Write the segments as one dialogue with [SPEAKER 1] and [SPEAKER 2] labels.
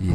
[SPEAKER 1] 以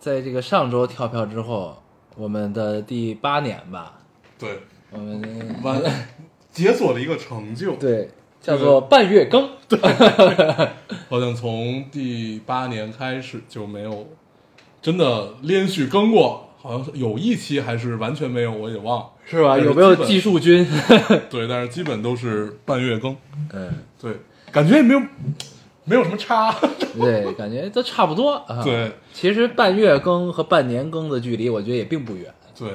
[SPEAKER 2] 在这个上周跳票之后，我们的第八年吧，
[SPEAKER 3] 对，
[SPEAKER 2] 我们
[SPEAKER 3] 完解锁了一个成就，
[SPEAKER 2] 对叫做半月更，
[SPEAKER 3] 好像从第八年开始就没有真的连续更过，好像是有一期还是完全没有，我也忘了。
[SPEAKER 2] 是吧？
[SPEAKER 3] 但是
[SPEAKER 2] 有没有
[SPEAKER 3] 基本
[SPEAKER 2] 技术军？
[SPEAKER 3] 对，但是基本都是半月更。
[SPEAKER 2] 嗯，
[SPEAKER 3] 对，感觉也没有没有什么差。
[SPEAKER 2] 对，感觉都差不多啊。
[SPEAKER 3] 对，
[SPEAKER 2] 其实半月更和半年更的距离，我觉得也并不远，
[SPEAKER 3] 对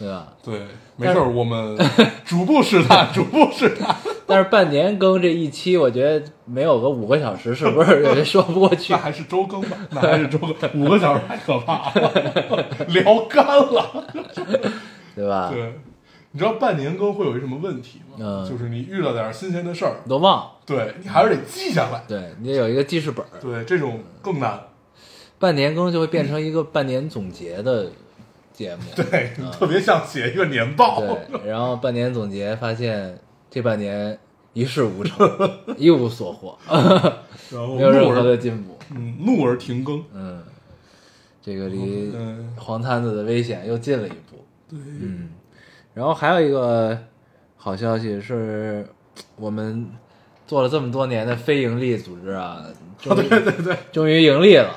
[SPEAKER 2] 对吧？
[SPEAKER 3] 对，没事儿，我们逐步试 探，逐步试探。
[SPEAKER 2] 但是半年更这一期，我觉得没有个五个小时，是不是 也说不过去
[SPEAKER 3] 那？还是周更吧，那还是周 更，五个小时太可怕 了，聊干了。
[SPEAKER 2] 对吧？
[SPEAKER 3] 对，你知道半年更会有一什么问题吗？
[SPEAKER 2] 啊嗯
[SPEAKER 3] 就是你遇到点儿新鲜的事儿，
[SPEAKER 2] 都忘了。
[SPEAKER 3] 对你还是得记下来。
[SPEAKER 2] 对你得有一个记事本儿，
[SPEAKER 3] 对，这种更难，
[SPEAKER 2] 半年更就会变成一个半年总结的节目。
[SPEAKER 3] 对，特别像写一个年报。
[SPEAKER 2] 嗯对，然后半年总结发现这半年一事无成，一无所 获，
[SPEAKER 3] 然后
[SPEAKER 2] 没有任
[SPEAKER 3] 怒
[SPEAKER 2] 何的
[SPEAKER 3] 而
[SPEAKER 2] 进步。
[SPEAKER 3] 嗯怒而停更，
[SPEAKER 2] 嗯，这个离
[SPEAKER 3] 嗯，
[SPEAKER 2] 黄摊子的危险又近了一步。
[SPEAKER 3] 对，
[SPEAKER 2] 嗯，然后还有一个好消息是，我们做了这么多年的非盈利组织啊，终于
[SPEAKER 3] 对对对。
[SPEAKER 2] 终于盈利了。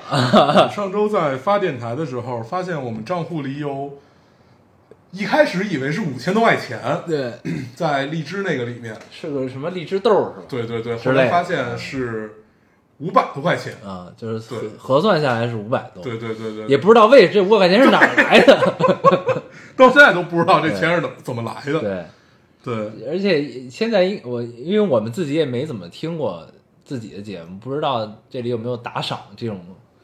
[SPEAKER 3] 上周在发电台的时候，发现我们账户里有，一开始以为是五千多块钱，
[SPEAKER 2] 对，
[SPEAKER 3] 在荔枝那个里面，
[SPEAKER 2] 是个什么荔枝豆儿是吧？
[SPEAKER 3] 对对对，
[SPEAKER 2] 之
[SPEAKER 3] 后
[SPEAKER 2] 类的
[SPEAKER 3] 来发现是五百多块钱。
[SPEAKER 2] 啊，就是核
[SPEAKER 3] 对
[SPEAKER 2] 核算下来是五百多，
[SPEAKER 3] 对对对对，
[SPEAKER 2] 也不知道为这五百块钱是哪儿来的。
[SPEAKER 3] 到现在都不知道这钱是怎么怎么来的。
[SPEAKER 2] 对，
[SPEAKER 3] 对，
[SPEAKER 2] 而且现在因我因为我们自己也没怎么听过自己的节目，不知道这里有没有打赏这种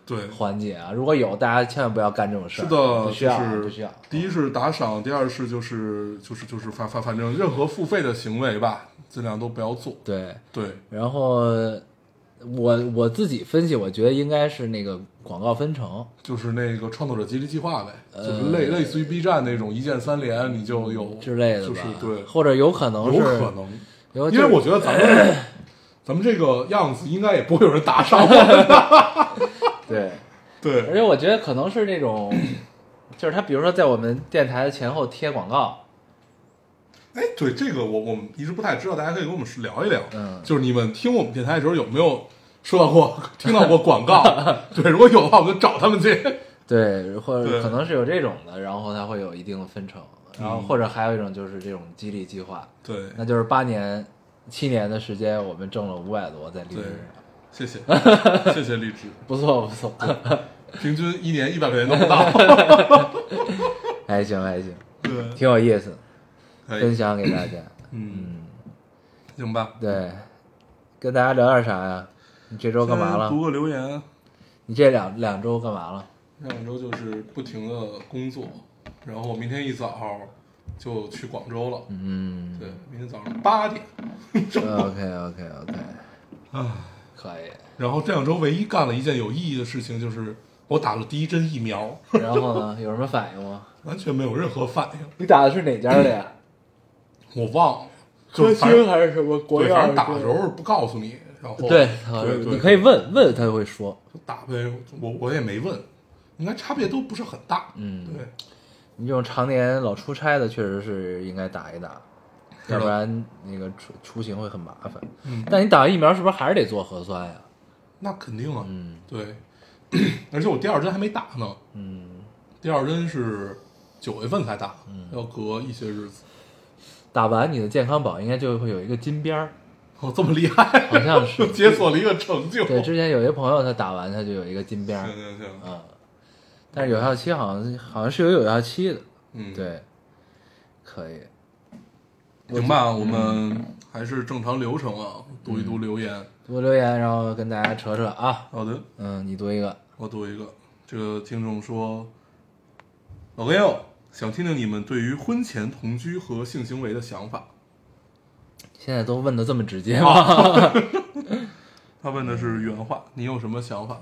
[SPEAKER 3] 对，
[SPEAKER 2] 环节啊？如果有，大家千万不要干这种事儿，
[SPEAKER 3] 是的，
[SPEAKER 2] 不需要啊，
[SPEAKER 3] 就是
[SPEAKER 2] 不需要。
[SPEAKER 3] 第一是打赏，第二是就是就是就是反反反正任何付费的行为吧，尽量都不要做。
[SPEAKER 2] 对，
[SPEAKER 3] 对，
[SPEAKER 2] 然后我我自己分析，我觉得应该是那个广告分成，
[SPEAKER 3] 就是那个创作者激励计划呗，
[SPEAKER 2] 呃
[SPEAKER 3] 就是类类似于 B 站那种一键三连，你就有
[SPEAKER 2] 之类的吧，
[SPEAKER 3] 就是对，
[SPEAKER 2] 或者有可能是
[SPEAKER 3] 有可能，
[SPEAKER 2] 有
[SPEAKER 3] 因为我觉得 咱们咱们这个样子应该也不会有人打赏我们的。
[SPEAKER 2] 对。而
[SPEAKER 3] 对，
[SPEAKER 2] 且我觉得可能是那种，就是他比如说在我们电台的前后贴广告，
[SPEAKER 3] 哎，对这个我我们一直不太知道，大家可以跟我们聊一聊。
[SPEAKER 2] 嗯
[SPEAKER 3] 就是你们听我们电台的时候有没有收到过、 听到过 广告？对，如果有的话，我们就找他们去。
[SPEAKER 2] 对，或者
[SPEAKER 3] 对
[SPEAKER 2] 可能是有这种的，然后它会有一定的分成，然后
[SPEAKER 3] 嗯
[SPEAKER 2] 或者还有一种就是这种激励计划，
[SPEAKER 3] 对，
[SPEAKER 2] 那就是八年、七年的时间，我们挣了五百多在荔枝
[SPEAKER 3] 对
[SPEAKER 2] 上，
[SPEAKER 3] 谢谢，谢谢荔枝，
[SPEAKER 2] 不错不错，
[SPEAKER 3] 平均一年一百块钱都不到。
[SPEAKER 2] 还行还行，
[SPEAKER 3] 对，
[SPEAKER 2] 挺有意思，
[SPEAKER 3] 可
[SPEAKER 2] 分
[SPEAKER 3] 以，
[SPEAKER 2] 享给大家。
[SPEAKER 3] 嗯，行吧。
[SPEAKER 2] 对，跟大家聊点啥呀？你这周干嘛
[SPEAKER 3] 先读
[SPEAKER 2] 了？
[SPEAKER 3] 个留言，
[SPEAKER 2] 你这两两周干嘛了？
[SPEAKER 3] 上周就是不停的工作，然后明天一早就去广州了。
[SPEAKER 2] 嗯
[SPEAKER 3] 对，明天早上八点。
[SPEAKER 2] ，OK OK OK，
[SPEAKER 3] 啊，
[SPEAKER 2] 可以。
[SPEAKER 3] 然后这两周唯一干了一件有意义的事情，就是我打了第一针疫苗，
[SPEAKER 2] 然后呢，有什么反应吗？
[SPEAKER 3] 完全没有任何反应。
[SPEAKER 2] 你打的是哪家的呀？
[SPEAKER 3] 我忘了， 就是反正
[SPEAKER 2] 还是什么国
[SPEAKER 3] 对，反正打的时候不告诉你，然后
[SPEAKER 2] 对，
[SPEAKER 3] 对对，
[SPEAKER 2] 你可以问问他就会说。
[SPEAKER 3] 打呗，我我也没问，应该差别都不是很大，
[SPEAKER 2] 嗯
[SPEAKER 3] 对，
[SPEAKER 2] 你这种常年老出差的，确实是应该打一打，
[SPEAKER 3] 是的
[SPEAKER 2] 要不然那个出出行会很麻烦。
[SPEAKER 3] 嗯，
[SPEAKER 2] 但你打完疫苗是不是还是得做核酸呀？
[SPEAKER 3] 那肯定啊，
[SPEAKER 2] 嗯
[SPEAKER 3] 对， 而且我第二针还没打呢，
[SPEAKER 2] 嗯，
[SPEAKER 3] 第二针是九月份才打，要隔一些日子，
[SPEAKER 2] 打完你的健康宝应该就会有一个金边儿，
[SPEAKER 3] 哦，这么厉害，。
[SPEAKER 2] 好像是
[SPEAKER 3] 解锁了一个成就，
[SPEAKER 2] 对，之前有些朋友他打完他就有一个金边儿
[SPEAKER 3] 行，行行，
[SPEAKER 2] 嗯，但是有效期好像好像是有有效期的，
[SPEAKER 3] 嗯，，
[SPEAKER 2] 对，可以。
[SPEAKER 3] 行吧，我们
[SPEAKER 2] 嗯
[SPEAKER 3] 还是正常流程啊，读一读留言，
[SPEAKER 2] 多留言，然后跟大家扯扯啊。
[SPEAKER 3] 好的，
[SPEAKER 2] 嗯，你读一个。
[SPEAKER 3] 我读一个，这个听众说：“老哥友，想听听你们对于婚前同居和性行为的想法。
[SPEAKER 2] 现在都问的这么直接吗？”
[SPEAKER 3] 哦他问的是原话，你有什么想法？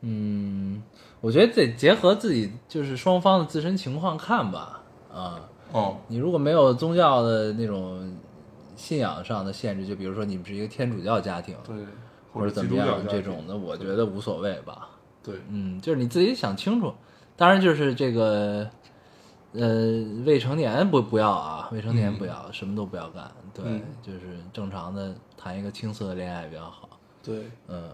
[SPEAKER 2] 嗯， 我觉得得结合自己就是双方的自身情况看吧。啊，
[SPEAKER 3] 哦，
[SPEAKER 2] 你如果没有宗教的那种信仰上的限制，就比如说你们是一个天主教家庭，
[SPEAKER 3] 对，
[SPEAKER 2] 或
[SPEAKER 3] 者
[SPEAKER 2] 怎
[SPEAKER 3] 基
[SPEAKER 2] 么
[SPEAKER 3] 督教
[SPEAKER 2] 样
[SPEAKER 3] 家
[SPEAKER 2] 这
[SPEAKER 3] 庭
[SPEAKER 2] 种的，我觉得无所谓吧。
[SPEAKER 3] 对，
[SPEAKER 2] 嗯，就是你自己想清楚。当然，就是这个，呃，未成年不不要啊，未成年不要，什么都不要干。对，
[SPEAKER 3] 嗯
[SPEAKER 2] 就是正常的谈一个青涩的恋爱比较好。
[SPEAKER 3] 对，
[SPEAKER 2] 嗯，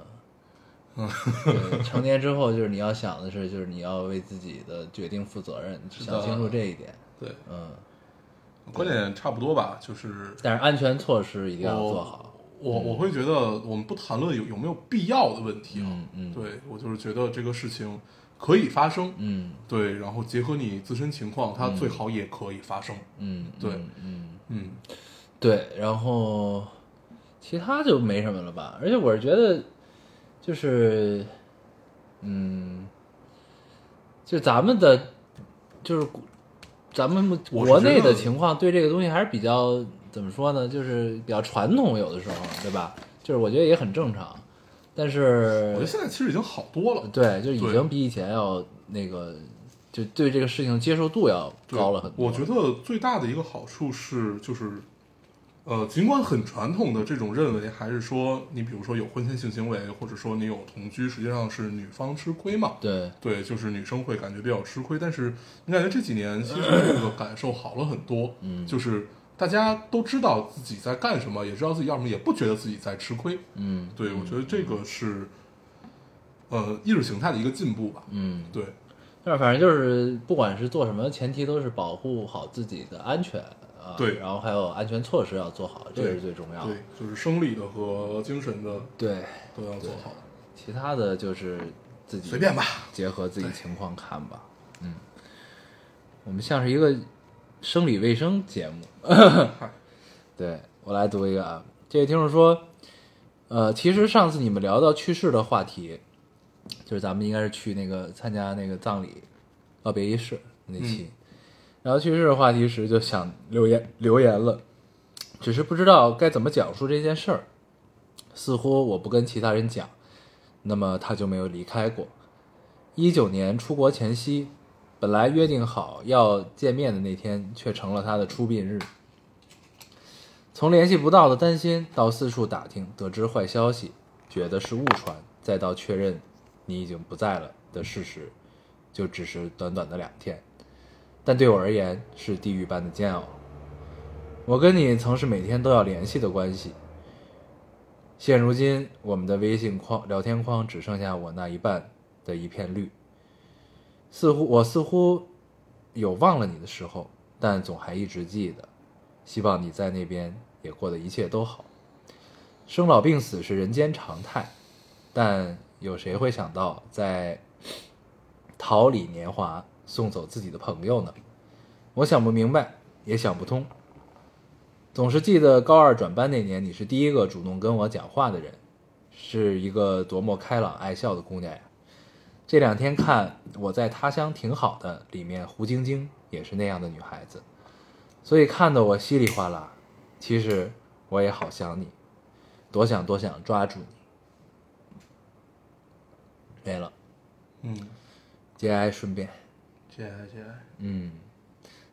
[SPEAKER 3] 嗯
[SPEAKER 2] 对成年之后就是你要想的是，就是你要为自己的决定负责任，
[SPEAKER 3] 是的
[SPEAKER 2] 想清楚这一点。
[SPEAKER 3] 对，
[SPEAKER 2] 嗯，
[SPEAKER 3] 观点差不多吧，就是
[SPEAKER 2] 但是安全措施一定要
[SPEAKER 3] 我
[SPEAKER 2] 做好。嗯
[SPEAKER 3] 我我会觉得我们不谈论有有没有必要的问题啊，
[SPEAKER 2] 嗯嗯
[SPEAKER 3] 对我就是觉得这个事情可以发生，
[SPEAKER 2] 嗯
[SPEAKER 3] 对，然后结合你自身情况，它最好也可以发生，
[SPEAKER 2] 嗯，
[SPEAKER 3] 对
[SPEAKER 2] 嗯嗯，
[SPEAKER 3] 嗯
[SPEAKER 2] 对，然后其他就没什么了吧。而且我是觉得，就是，嗯，就咱们的，就是国咱们
[SPEAKER 3] 我是
[SPEAKER 2] 国内
[SPEAKER 3] 觉得
[SPEAKER 2] 的情况，对这个东西还是比较怎么说呢？就是比较传统，有的时候，对吧？就是我觉得也很正常，但
[SPEAKER 3] 我
[SPEAKER 2] 是
[SPEAKER 3] 觉得现在其实已经好多了，
[SPEAKER 2] 对，就已
[SPEAKER 3] 对
[SPEAKER 2] 经比以前要那个，就对这个事情接受度要
[SPEAKER 3] 对
[SPEAKER 2] 高了很多。
[SPEAKER 3] 我觉得最大的一个好处是，就是，呃，尽管很传统的这种认为，还是说你比如说有婚前性行为，或者说你有同居，实际上是女方吃亏嘛。
[SPEAKER 2] 对，
[SPEAKER 3] 对，就是女生会感觉比较吃亏，但是你感觉这几年其实这个感受好了很多，嗯，就是大家都知道自己在干什么，也知道自己要什么，也不觉得自己在吃亏。
[SPEAKER 2] 嗯
[SPEAKER 3] 对，我觉得这个是，呃，意识形态的一个进步吧。
[SPEAKER 2] 嗯。
[SPEAKER 3] 对，
[SPEAKER 2] 但是反正就是，不管是做什么，前提都是保护好自己的安全啊。
[SPEAKER 3] 对
[SPEAKER 2] 然后还有安全措施要做好，这
[SPEAKER 3] 对
[SPEAKER 2] 是最重要的
[SPEAKER 3] 对。，就是生理的和精神的
[SPEAKER 2] 对，
[SPEAKER 3] 都要做好。
[SPEAKER 2] 其他的就是自己
[SPEAKER 3] 随便吧，
[SPEAKER 2] 结合自己情况看吧。嗯，我们像是一个生理卫生节目。 对我来读一个啊，这位听众说，呃，其实上次你们聊到去世的话题，就是咱们应该是去那个参加那个葬礼告别仪式那期，
[SPEAKER 3] 嗯
[SPEAKER 2] 聊去世的话题时就想留言留言了，只是不知道该怎么讲述这件事儿，似乎我不跟其他人讲，那么他就没有离开过。一九年出国前夕，本来约定好要见面的那天，却成了他的出殡日。从联系不到的担心，到四处打听得知坏消息，觉得是误传，再到确认你已经不在了的事实，就只是短短的两天，但对我而言是地狱般的煎熬。我跟你曾是每天都要联系的关系，现如今我们的微信框聊天框只剩下我那一半的一片绿，似乎我似乎有忘了你的时候，但总还一直记得。希望你在那边也过得一切都好。生老病死是人间常态，但有谁会想到在桃李年华送走自己的朋友呢？我想不明白，也想不通。总是记得高二转班那年，你是第一个主动跟我讲话的人，是一个多么开朗爱笑的姑娘呀！这两天看我在他乡挺好的，里面胡晶晶也是那样的女孩子，所以看得我稀里哗啦。其实我也好想你，多想多想抓住你。没了，
[SPEAKER 3] 嗯，
[SPEAKER 2] 节哀顺变。
[SPEAKER 3] 节哀节哀。
[SPEAKER 2] 嗯，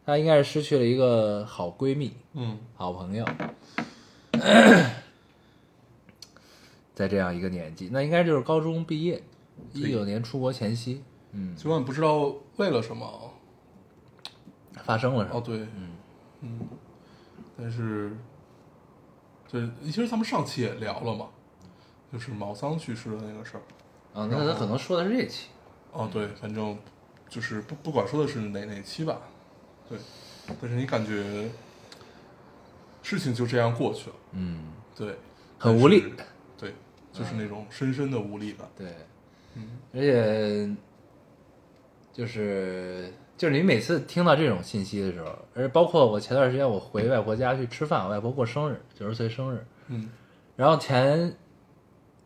[SPEAKER 2] 她应该是失去了一个好闺蜜、
[SPEAKER 3] 嗯，
[SPEAKER 2] 好朋友， 在这样一个年纪，那应该就是高中毕业，一
[SPEAKER 3] 对
[SPEAKER 2] 九年出国前夕，嗯，
[SPEAKER 3] 尽管不知道为了什么啊，
[SPEAKER 2] 发生了什
[SPEAKER 3] 哦
[SPEAKER 2] 么？
[SPEAKER 3] 对，嗯但是，对，其实咱们上期也聊了嘛，就是毛桑去世的那个事儿。
[SPEAKER 2] 啊，那她可能说的是这期。
[SPEAKER 3] 哦，对，反正就是不不管说的是哪哪期吧，对，但是你感觉事情就这样过去了，
[SPEAKER 2] 嗯，
[SPEAKER 3] 对，
[SPEAKER 2] 很无力
[SPEAKER 3] 但是，对，就是那种深深的无力感，
[SPEAKER 2] 对，
[SPEAKER 3] 嗯，
[SPEAKER 2] 而且就是就是你每次听到这种信息的时候，而包括我前段时间我回外婆家去吃饭，我外婆过生日，九十岁生日，
[SPEAKER 3] 嗯
[SPEAKER 2] 然后前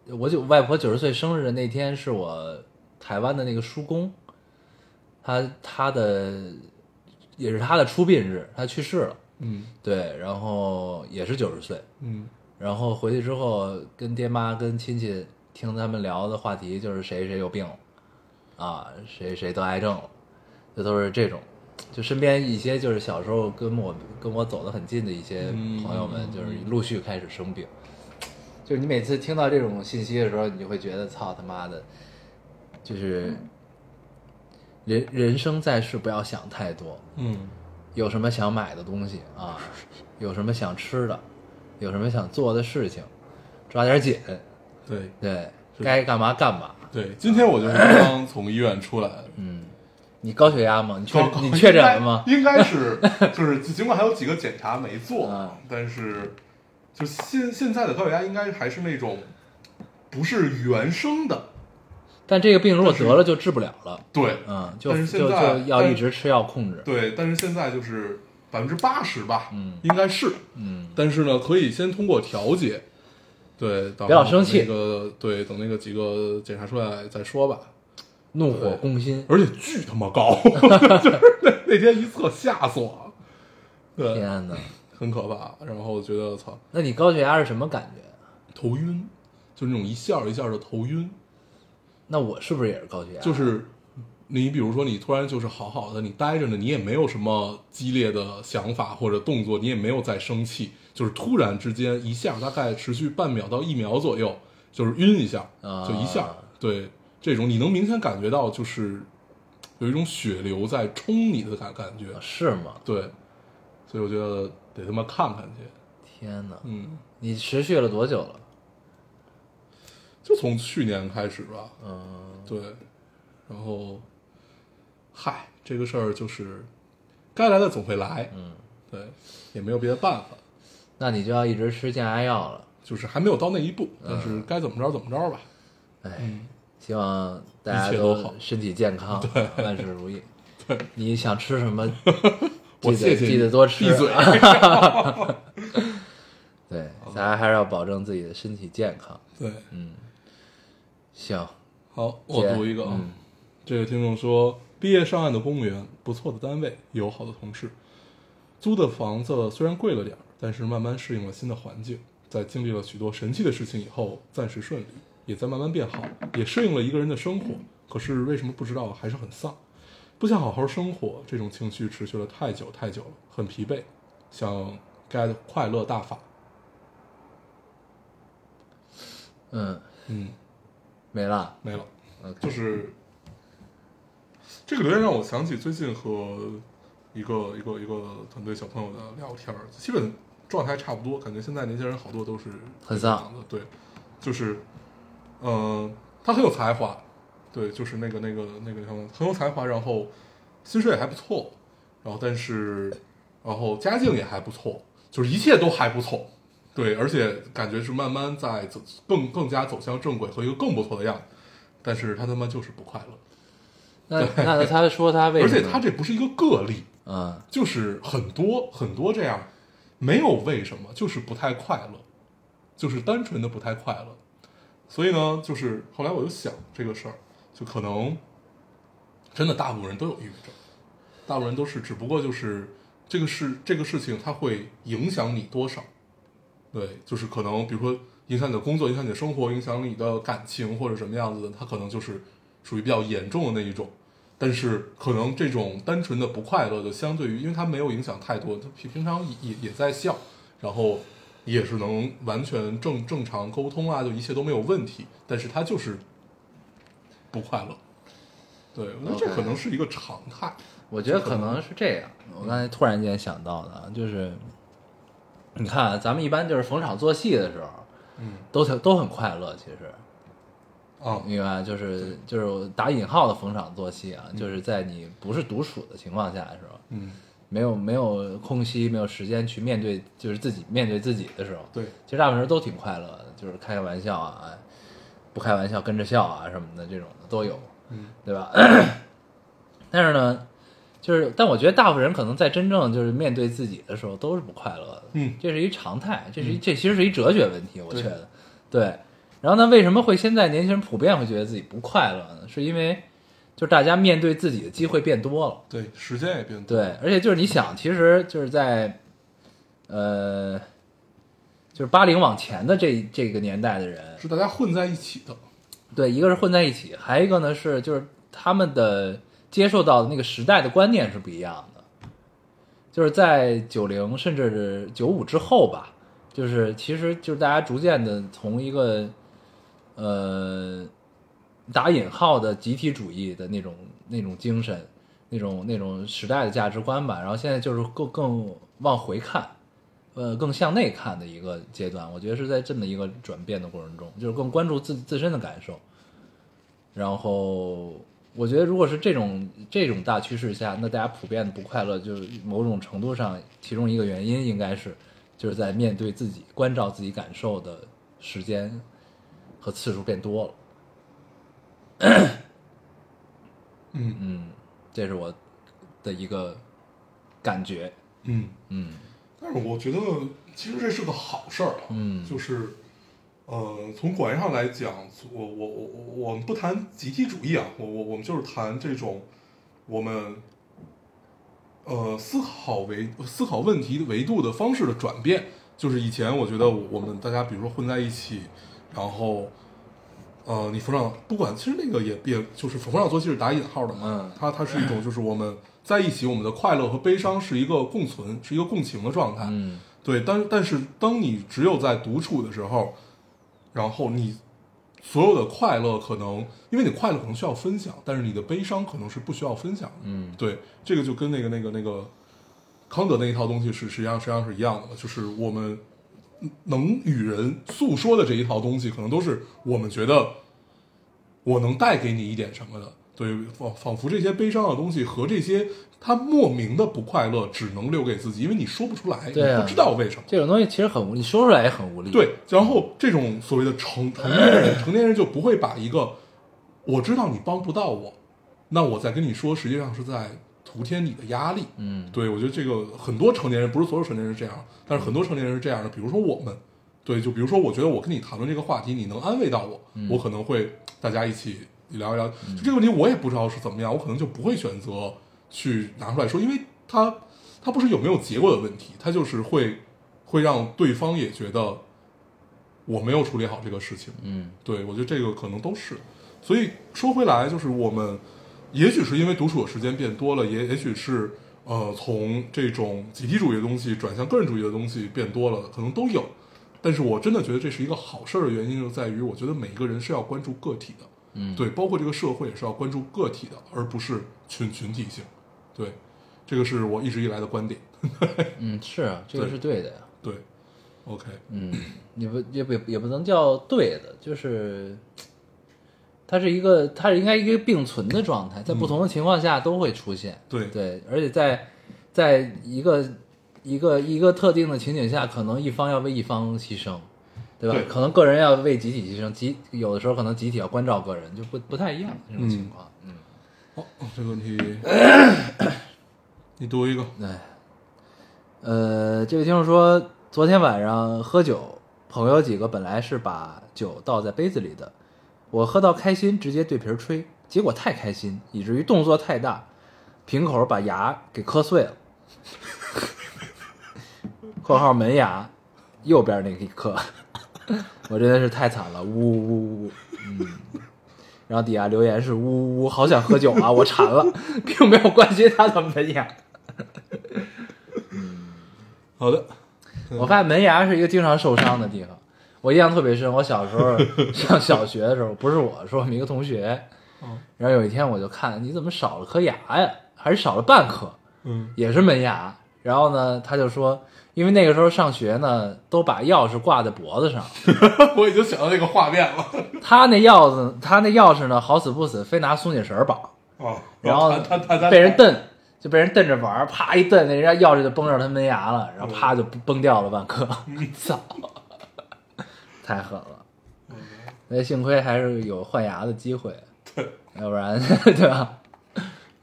[SPEAKER 2] 我就外婆九十岁生日的那天是我台湾的那个叔公，他他的也是他的出殡日，他去世了，
[SPEAKER 3] 嗯
[SPEAKER 2] 对，然后也是九十岁，
[SPEAKER 3] 嗯
[SPEAKER 2] 然后回去之后跟爹妈跟亲戚听他们聊的话题就是谁谁有病了，啊，谁谁得癌症了，这都是这种。就身边一些就是小时候跟我跟我走得很近的一些
[SPEAKER 3] 嗯
[SPEAKER 2] 朋友们，就是陆续开始生病。就是你每次听到这种信息的时候，你就会觉得操他妈的，就是
[SPEAKER 3] 嗯
[SPEAKER 2] 人人生在世不要想太多，
[SPEAKER 3] 嗯
[SPEAKER 2] 有什么想买的东西啊， 有什么想吃的，有什么想做的事情，抓点紧，
[SPEAKER 3] 对
[SPEAKER 2] 对，
[SPEAKER 3] 是
[SPEAKER 2] 该干嘛干嘛。
[SPEAKER 3] 对，今天我就是刚从医院出来，
[SPEAKER 2] 你高血压吗？你嗯确
[SPEAKER 3] 高
[SPEAKER 2] 你确诊了吗？
[SPEAKER 3] 应该应该是，就是尽管还有几个检查没做，
[SPEAKER 2] 啊
[SPEAKER 3] 但是就现现在的高血压应该还是那种不是原生的，
[SPEAKER 2] 但这个病如果得了就治不了了，
[SPEAKER 3] 对
[SPEAKER 2] 嗯，就
[SPEAKER 3] 但是现
[SPEAKER 2] 就
[SPEAKER 3] 在
[SPEAKER 2] 就要一直吃药控制。
[SPEAKER 3] 对，但是现在就是百分之八十吧，
[SPEAKER 2] 嗯
[SPEAKER 3] 应该是，
[SPEAKER 2] 嗯，
[SPEAKER 3] 但是呢，可以先通过调节，对，别
[SPEAKER 2] 别老生气
[SPEAKER 3] 那个对，等那个几个检查出来再说吧。
[SPEAKER 2] 怒火攻心，
[SPEAKER 3] 而且巨他妈高， 就是那那天一测吓死我了，对，
[SPEAKER 2] 天哪！
[SPEAKER 3] 很可怕。然后我觉得操，
[SPEAKER 2] 那你高血压是什么感觉？
[SPEAKER 3] 头晕，就那种一下儿一下儿的头晕，
[SPEAKER 2] 那我是不是也是高血压？
[SPEAKER 3] 就是你比如说你突然就是好好的，你待着呢，你也没有什么激烈的想法或者动作，你也没有在生气，就是突然之间一下，大概持续半秒到一秒左右，就是晕一下，
[SPEAKER 2] 啊
[SPEAKER 3] 就一下，对，这种你能明显感觉到就是有一种血流在冲你的感感觉，
[SPEAKER 2] 是吗？
[SPEAKER 3] 对，所以我觉得得他妈看看去，
[SPEAKER 2] 天哪！
[SPEAKER 3] 嗯，
[SPEAKER 2] 你持续了多久了？
[SPEAKER 3] 就从去年开始吧，
[SPEAKER 2] 嗯，
[SPEAKER 3] 对，然后，嗨，这个事儿就是该来的总会来，嗯，对，也没有别的办法，
[SPEAKER 2] 那你就要一直吃降压药了。
[SPEAKER 3] 就是还没有到那一步，但是该怎么着怎么着吧。
[SPEAKER 2] 哎，希望大家
[SPEAKER 3] 一切都好
[SPEAKER 2] 都身体健康，万事如意。
[SPEAKER 3] 对，
[SPEAKER 2] 你想吃什么，
[SPEAKER 3] 我
[SPEAKER 2] 记得
[SPEAKER 3] 谢谢你
[SPEAKER 2] 记得多吃。
[SPEAKER 3] 闭嘴，
[SPEAKER 2] 对，大家还是要保证自己的身体健康。
[SPEAKER 3] 对，
[SPEAKER 2] 行，
[SPEAKER 3] 好，我
[SPEAKER 2] 姐
[SPEAKER 3] 读一个啊，
[SPEAKER 2] 嗯
[SPEAKER 3] 这个听众说，毕业上岸的公务员，不错的单位，友好的同事，租的房子虽然贵了点儿，但是慢慢适应了新的环境，在经历了许多神奇的事情以后，暂时顺利，也在慢慢变好，也适应了一个人的生活。可是为什么不知道还是很丧，不想好好生活，这种情绪持续了太久太久了，很疲惫，想 get 快乐大法，
[SPEAKER 2] 嗯，
[SPEAKER 3] 嗯，
[SPEAKER 2] 没了。
[SPEAKER 3] 没了。就
[SPEAKER 2] OK，
[SPEAKER 3] 是这个留言让我想起最近和一个一个一个团队小朋友的聊天，儿，基本状态差不多。感觉现在年轻人好多都是
[SPEAKER 2] 很丧
[SPEAKER 3] 这样的，对，就是，呃，他很有才华，对，就是那个那个那个什么很有才华，然后薪水也还不错，然后但是然后家境也还不错，就是一切都还不错。对，而且感觉是慢慢在走更更加走向正轨和一个更不错的样子，但是他他妈就是不快乐，
[SPEAKER 2] 那那他说他为
[SPEAKER 3] 而
[SPEAKER 2] 什
[SPEAKER 3] 且
[SPEAKER 2] 么？
[SPEAKER 3] 他这不是一个个例，
[SPEAKER 2] 嗯，
[SPEAKER 3] 就是很多很多这样，没有为什么，就是不太快乐，就是单纯的不太快乐。所以呢，就是后来我就想这个事儿，就可能真的大部分人都有抑郁症，大部分人都是，只不过就是这个事这个事情它会影响你多少，对，就是可能比如说影响你的工作，影响你的生活，影响你的感情或者什么样子的，它可能就是属于比较严重的那一种。但是可能这种单纯的不快乐，就相对于，因为它没有影响太多，他平平常也也也在笑，然后也是能完全正正常沟通啊，就一切都没有问题。但是他就是不快乐，对，我觉得这
[SPEAKER 2] OK
[SPEAKER 3] 可能是一个常态。
[SPEAKER 2] 我觉得可能是这样。
[SPEAKER 3] 嗯
[SPEAKER 2] 我刚才突然间想到的啊，就是你看啊，咱们一般就是逢场作戏的时候，
[SPEAKER 3] 嗯，
[SPEAKER 2] 都挺都很快乐，其实。
[SPEAKER 3] 啊，
[SPEAKER 2] 明白，就是就是我打引号的逢场作戏啊，就是在你不是独处的情况下的时候，
[SPEAKER 3] 嗯，
[SPEAKER 2] 没有没有空隙，没有时间去面对，就是自己面对自己的时候，
[SPEAKER 3] 对，
[SPEAKER 2] 其实大部分人都挺快乐的，就是开开玩笑啊，哎不开玩笑跟着笑啊什么的，这种的都有，
[SPEAKER 3] 嗯，
[SPEAKER 2] 对吧？ 但是呢，就是但我觉得大部分人可能在真正就是面对自己的时候都是不快乐的，
[SPEAKER 3] 嗯
[SPEAKER 2] 这是一常态，这是一、这其实是一哲学问题，我觉得，对。然后呢，为什么会现在年轻人普遍会觉得自己不快乐呢？是因为就是大家面对自己的机会变多了，
[SPEAKER 3] 对，时间也变多，
[SPEAKER 2] 对，而且就是你想，其实就是在呃，就是八零往前的这这个年代的人，
[SPEAKER 3] 是大家混在一起的，
[SPEAKER 2] 对，一个是混在一起，还有一个呢是就是他们的接受到的那个时代的观念是不一样的，就是在九零甚至是九五之后吧，就是其实就是大家逐渐的从一个呃打引号的集体主义的那种那种精神，那种那种时代的价值观吧，然后现在就是更更往回看，呃，更向内看的一个阶段。我觉得是在这么一个转变的过程中，就是更关注自自身的感受。然后，我觉得如果是这种这种大趋势下，那大家普遍的不快乐，就是某种程度上，其中一个原因应该是就是在面对自己、关照自己感受的时间和次数变多了。
[SPEAKER 3] 嗯
[SPEAKER 2] 嗯，这是我的一个感觉。
[SPEAKER 3] 嗯，
[SPEAKER 2] 嗯
[SPEAKER 3] 但是我觉得其实这是个好事儿啊，
[SPEAKER 2] 嗯
[SPEAKER 3] 就是，呃，从广义上来讲，我我我我我们不谈集体主义啊，我我我们就是谈这种我们呃思考维思考问题维度的方式的转变，就是以前我觉得我们大家比如说混在一起，然后。呃，你冯绍不管，其实那个也也就是冯绍作息是打引号的嘛
[SPEAKER 2] 嗯，
[SPEAKER 3] 它它是一种就是我们在一起，我们的快乐和悲伤是一个共存，是一个共情的状态。
[SPEAKER 2] 嗯
[SPEAKER 3] 对，但但是当你只有在独处的时候，然后你所有的快乐可能，因为你快乐可能需要分享，但是你的悲伤可能是不需要分享的。
[SPEAKER 2] 嗯，
[SPEAKER 3] 对，这个就跟那个那个那个康德那一套东西是实际上实际上是一样的嘛，就是我们能与人诉说的这一套东西，可能都是我们觉得我能带给你一点什么的。对，仿仿佛这些悲伤的东西和这些他莫名的不快乐，只能留给自己，因为你说不出来，
[SPEAKER 2] 对啊
[SPEAKER 3] 你不知道为什么。
[SPEAKER 2] 这种东西其实很无力，说出来也很无力。，
[SPEAKER 3] 对，然后这种所谓的成成年人，成年人就不会把一个我知道你帮不到我，那我在跟你说，实际上是在徒添你的压力。
[SPEAKER 2] 嗯
[SPEAKER 3] 对，我觉得这个很多成年人，不是所有成年人是这样，但是很多成年人是这样的。比如说我们，对，就比如说我觉得我跟你谈论这个话题，你能安慰到我，我可能会大家一起聊一聊。就这个问题，我也不知道是怎么样，我可能就不会选择去拿出来说，因为它它不是有没有结果的问题，它就是会会让对方也觉得我没有处理好这个事情。
[SPEAKER 2] 嗯
[SPEAKER 3] 对，我觉得这个可能都是。所以说回来，就是我们也许是因为独处的时间变多了，也也许是呃从这种集体主义的东西转向个人主义的东西变多了，可能都有。但是我真的觉得这是一个好事儿的原因，就在于我觉得每一个人是要关注个体的，
[SPEAKER 2] 嗯，
[SPEAKER 3] 对，包括这个社会也是要关注个体的，而不是群群体性。对，这个是我一直以来的观点。
[SPEAKER 2] 嗯是啊，这个
[SPEAKER 3] 对
[SPEAKER 2] 是对 的呀。
[SPEAKER 3] 对，OK，
[SPEAKER 2] 嗯，也不也不也不能叫对的，就是它是一个它是应该一个并存的状态，在不同的情况下都会出现。
[SPEAKER 3] 嗯对
[SPEAKER 2] 对，而且在在一个一个一个特定的情景下，可能一方要为一方牺牲，对吧？
[SPEAKER 3] 对
[SPEAKER 2] 可能个人要为集体牺牲，集有的时候可能集体要关照个人，就不不太一样这种情况。嗯，
[SPEAKER 3] 好、这个问题 你读一个。
[SPEAKER 2] 对，呃，这位听众说，昨天晚上喝酒，朋友几个本来是把酒倒在杯子里的，我喝到开心，直接对瓶儿吹，结果太开心，以至于动作太大，瓶口把牙给磕碎了。 （括号门牙，右边那一颗， 我真的是太惨了，呜呜呜呜。）嗯。然后底下留言是呜呜呜，好想喝酒啊，我馋了，并没有关心他的门牙。
[SPEAKER 3] 好的，
[SPEAKER 2] 我发现门牙是一个经常受伤的地方，我印象特别深。我小时候上小学的时候，不是我，是我们一个同学。
[SPEAKER 3] 嗯
[SPEAKER 2] 然后有一天我就看你怎么少了颗牙呀，还是少了半颗，
[SPEAKER 3] 嗯。
[SPEAKER 2] 也是门牙。然后呢，他就说，因为那个时候上学呢，都把钥匙挂在脖子上，
[SPEAKER 3] 我已经想到这个画面了
[SPEAKER 2] 他那钥匙，他那钥匙呢，好死不死非拿松紧绳儿绑，
[SPEAKER 3] 啊！
[SPEAKER 2] 哦然后
[SPEAKER 3] 他他他
[SPEAKER 2] 被人，瞪，就被人瞪着玩儿，啪一瞪，那人家钥匙就崩着他门牙了，
[SPEAKER 3] 嗯
[SPEAKER 2] 然后啪就崩掉了半颗，操，太狠了。
[SPEAKER 3] 嗯
[SPEAKER 2] 那幸亏还是有换牙的机会，要不然对吧？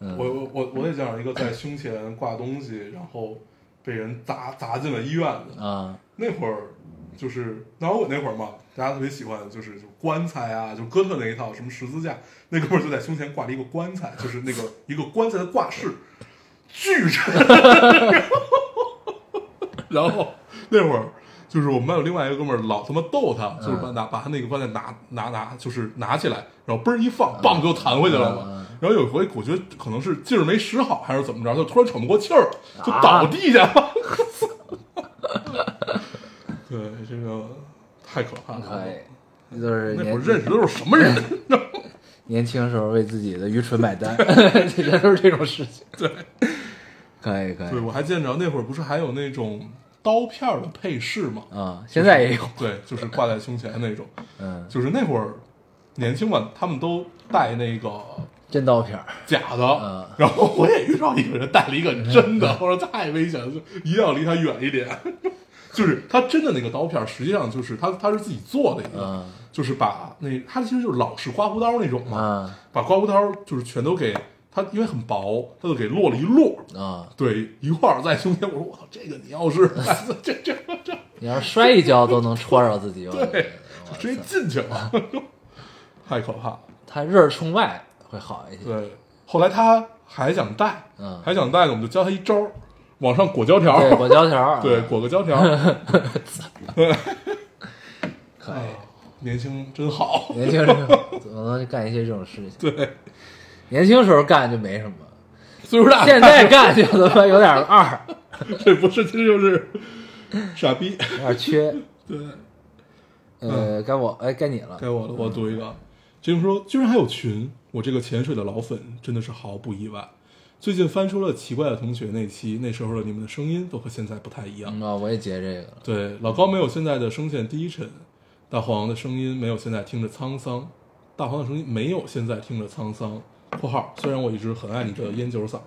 [SPEAKER 2] 嗯
[SPEAKER 3] 我我我我也见到一个在胸前挂东西，然后被人砸砸进了医院的。
[SPEAKER 2] 啊、
[SPEAKER 3] 那会儿就是那我那会儿嘛，大家特别喜欢就是就棺材啊，就哥特那一套，什么十字架，那哥们儿就在胸前挂了一个棺材，就是那个一个棺材的挂饰，巨沉。 然后那会儿就是我们班有另外一个哥们儿老他妈逗他，就是
[SPEAKER 2] 嗯
[SPEAKER 3] 把拿把他那个棺材拿拿拿就是拿起来，然后嘣儿一放，棒就弹回去了
[SPEAKER 2] 嗯
[SPEAKER 3] 嘛。然后有一回我觉得可能是劲儿没使好还是怎么着，就突然喘不过气儿，就
[SPEAKER 2] 啊
[SPEAKER 3] 倒地下了。对，这个太可怕了
[SPEAKER 2] 可。以，这都是
[SPEAKER 3] 那会儿
[SPEAKER 2] 哎年嗯
[SPEAKER 3] 认识的都是什么人？
[SPEAKER 2] 年轻时候为自己的愚蠢买单，这些都是这种事情。对，可以可
[SPEAKER 3] 对，
[SPEAKER 2] 以
[SPEAKER 3] 我还见着那会儿不是还有那种刀片儿的配饰 吗？
[SPEAKER 2] 啊，现在也有，
[SPEAKER 3] 对，就是挂在胸前那种。
[SPEAKER 2] 嗯，
[SPEAKER 3] 就是那会儿年轻嘛，他们都戴那个
[SPEAKER 2] 真刀片儿，
[SPEAKER 3] 假
[SPEAKER 2] 嗯
[SPEAKER 3] 的， 然后我也遇到一个人戴了一个真的，我说太危险了，就一定要离他远一点。 就是他真的那个刀片儿，实际上就是他他是自己做的一个
[SPEAKER 2] 嗯，
[SPEAKER 3] 就是把那他其实就是老式刮胡刀那种嘛
[SPEAKER 2] 啊，
[SPEAKER 3] 把刮胡刀就是全都给他，因为很薄，他就给落了一摞。
[SPEAKER 2] 啊，
[SPEAKER 3] 对，一块儿在胸前，我说我操，这个你要是这这这，
[SPEAKER 2] 你要是摔一跤都能戳着自己，我觉得
[SPEAKER 3] 对，就直接进去了， 太可怕了。
[SPEAKER 2] 它热冲外会好一些。
[SPEAKER 3] 对，后来他还想戴，
[SPEAKER 2] 嗯
[SPEAKER 3] 还想戴呢，我们就教他一招儿，往上裹胶条儿，
[SPEAKER 2] 对，裹胶条儿啊，
[SPEAKER 3] 对，裹个胶条儿。
[SPEAKER 2] 可以。
[SPEAKER 3] 哎
[SPEAKER 2] 嗯
[SPEAKER 3] 年轻真好，
[SPEAKER 2] 年轻时候怎么能干一些这种事情？
[SPEAKER 3] 对，
[SPEAKER 2] 年轻时候干就没什么，
[SPEAKER 3] 岁数大，
[SPEAKER 2] 现在干就他妈有点二，
[SPEAKER 3] 这不是，这就是傻逼。
[SPEAKER 2] 有点缺。
[SPEAKER 3] 对，
[SPEAKER 2] 呃，该我，哎，该你了。
[SPEAKER 3] 嗯该我了，我读一个。这么说，居然还有群，我这个潜水的老粉真的是毫不意外。最近翻出了奇怪的同学那期，那时候的你们的声音都和现在不太一样。
[SPEAKER 2] 嗯啊，我也截这个了。
[SPEAKER 3] 对，老高没有现在的声线低沉，大黄的声音没有现在听着沧桑，大黄的声音没有现在听着沧桑。（括号虽然我一直很爱你这烟酒嗓，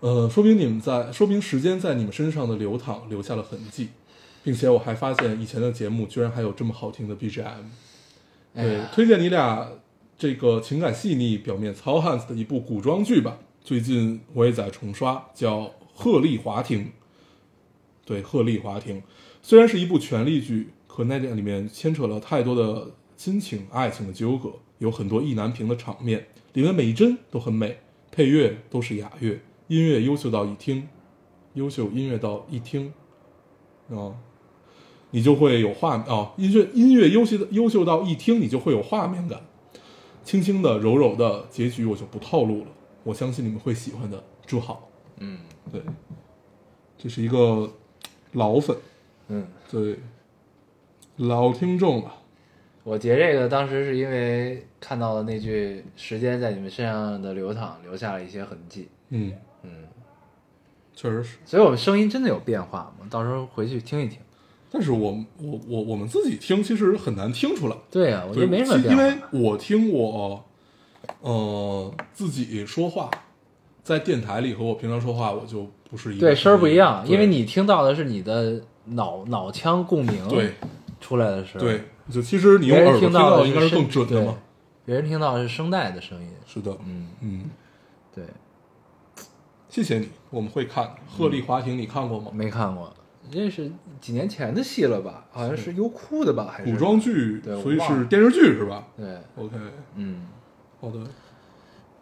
[SPEAKER 3] 呃，说明你们在，说明时间在你们身上的流淌留下了痕迹，并且我还发现以前的节目居然还有这么好听的 BGM。对，推荐你俩这个情感细腻、表面糙汉子的一部古装剧吧。最近我也在重刷，叫《鹤唳华亭》。对，《鹤唳华亭》虽然是一部权力剧，可那里面牵扯了太多的亲情、爱情的纠葛，有很多意难平的场面，里面的每一帧都很美，配乐都是雅乐，音乐优秀到一听，优秀音乐到一听，啊，你就会有画哦，音乐音乐优秀的优秀到一听你就会有画面感，轻轻的、柔柔的，结局我就不透露了，我相信你们会喜欢的，祝好。
[SPEAKER 2] 嗯
[SPEAKER 3] 对，这是一个老粉，
[SPEAKER 2] 嗯，
[SPEAKER 3] 对，老听众了，
[SPEAKER 2] 我截这个当时是因为看到了那句“时间在你们身上的流淌，留下了一些痕迹
[SPEAKER 3] 嗯
[SPEAKER 2] 嗯，
[SPEAKER 3] 确实是”，。
[SPEAKER 2] 所以我们声音真的有变化吗？到时候回去听一听。
[SPEAKER 3] 但是我我我我们自己听其实很难听出来，
[SPEAKER 2] 对呀，我觉
[SPEAKER 3] 对，
[SPEAKER 2] 得没什么
[SPEAKER 3] 其因为
[SPEAKER 2] 变化。
[SPEAKER 3] 我听我，呃，自己说话，在电台里和我平常说话，我就不是一个
[SPEAKER 2] 对，声儿不一样，
[SPEAKER 3] 对
[SPEAKER 2] 因为你听到的是你的脑脑腔共鸣
[SPEAKER 3] 对
[SPEAKER 2] 出来的声儿，
[SPEAKER 3] 对，就其实你用
[SPEAKER 2] 别人
[SPEAKER 3] 耳朵
[SPEAKER 2] 听
[SPEAKER 3] 听
[SPEAKER 2] 到
[SPEAKER 3] 到
[SPEAKER 2] 的
[SPEAKER 3] 应该是
[SPEAKER 2] 声
[SPEAKER 3] 更准的嘛。
[SPEAKER 2] 对别人听到的是声带的声音。
[SPEAKER 3] 是的，
[SPEAKER 2] 嗯，
[SPEAKER 3] 嗯，
[SPEAKER 2] 对，
[SPEAKER 3] 谢谢你，我们会看《鹤
[SPEAKER 2] 嗯
[SPEAKER 3] 唳华亭》，你看过吗？
[SPEAKER 2] 没看过，这是几年前的戏了吧？好像是优酷的吧？还是
[SPEAKER 3] 古装？剧，
[SPEAKER 2] 对我
[SPEAKER 3] 所以
[SPEAKER 2] 忘
[SPEAKER 3] 是
[SPEAKER 2] 了
[SPEAKER 3] 电视剧是吧
[SPEAKER 2] 对，
[SPEAKER 3] ？OK，
[SPEAKER 2] 嗯，
[SPEAKER 3] 好的，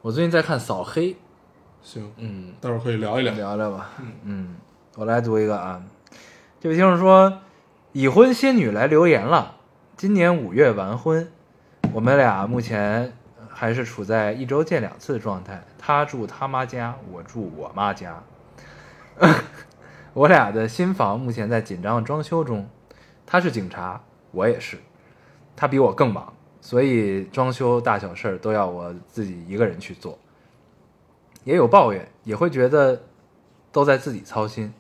[SPEAKER 2] 我最近在看《扫黑》，
[SPEAKER 3] 行，
[SPEAKER 2] 嗯，
[SPEAKER 3] 待会儿可以聊一聊。
[SPEAKER 2] 聊聊吧。嗯，我来读一个啊，这位听众说，已婚仙女来留言了，今年五月完婚，我们俩目前还是处在一周见两次的状态，她住她妈家，我住我妈家。 我俩的新房目前在紧张装修中，她是警察，我也是，她比我更忙，所以装修大小事儿都要我自己一个人去做。也有抱怨，也会觉得都在自己操心。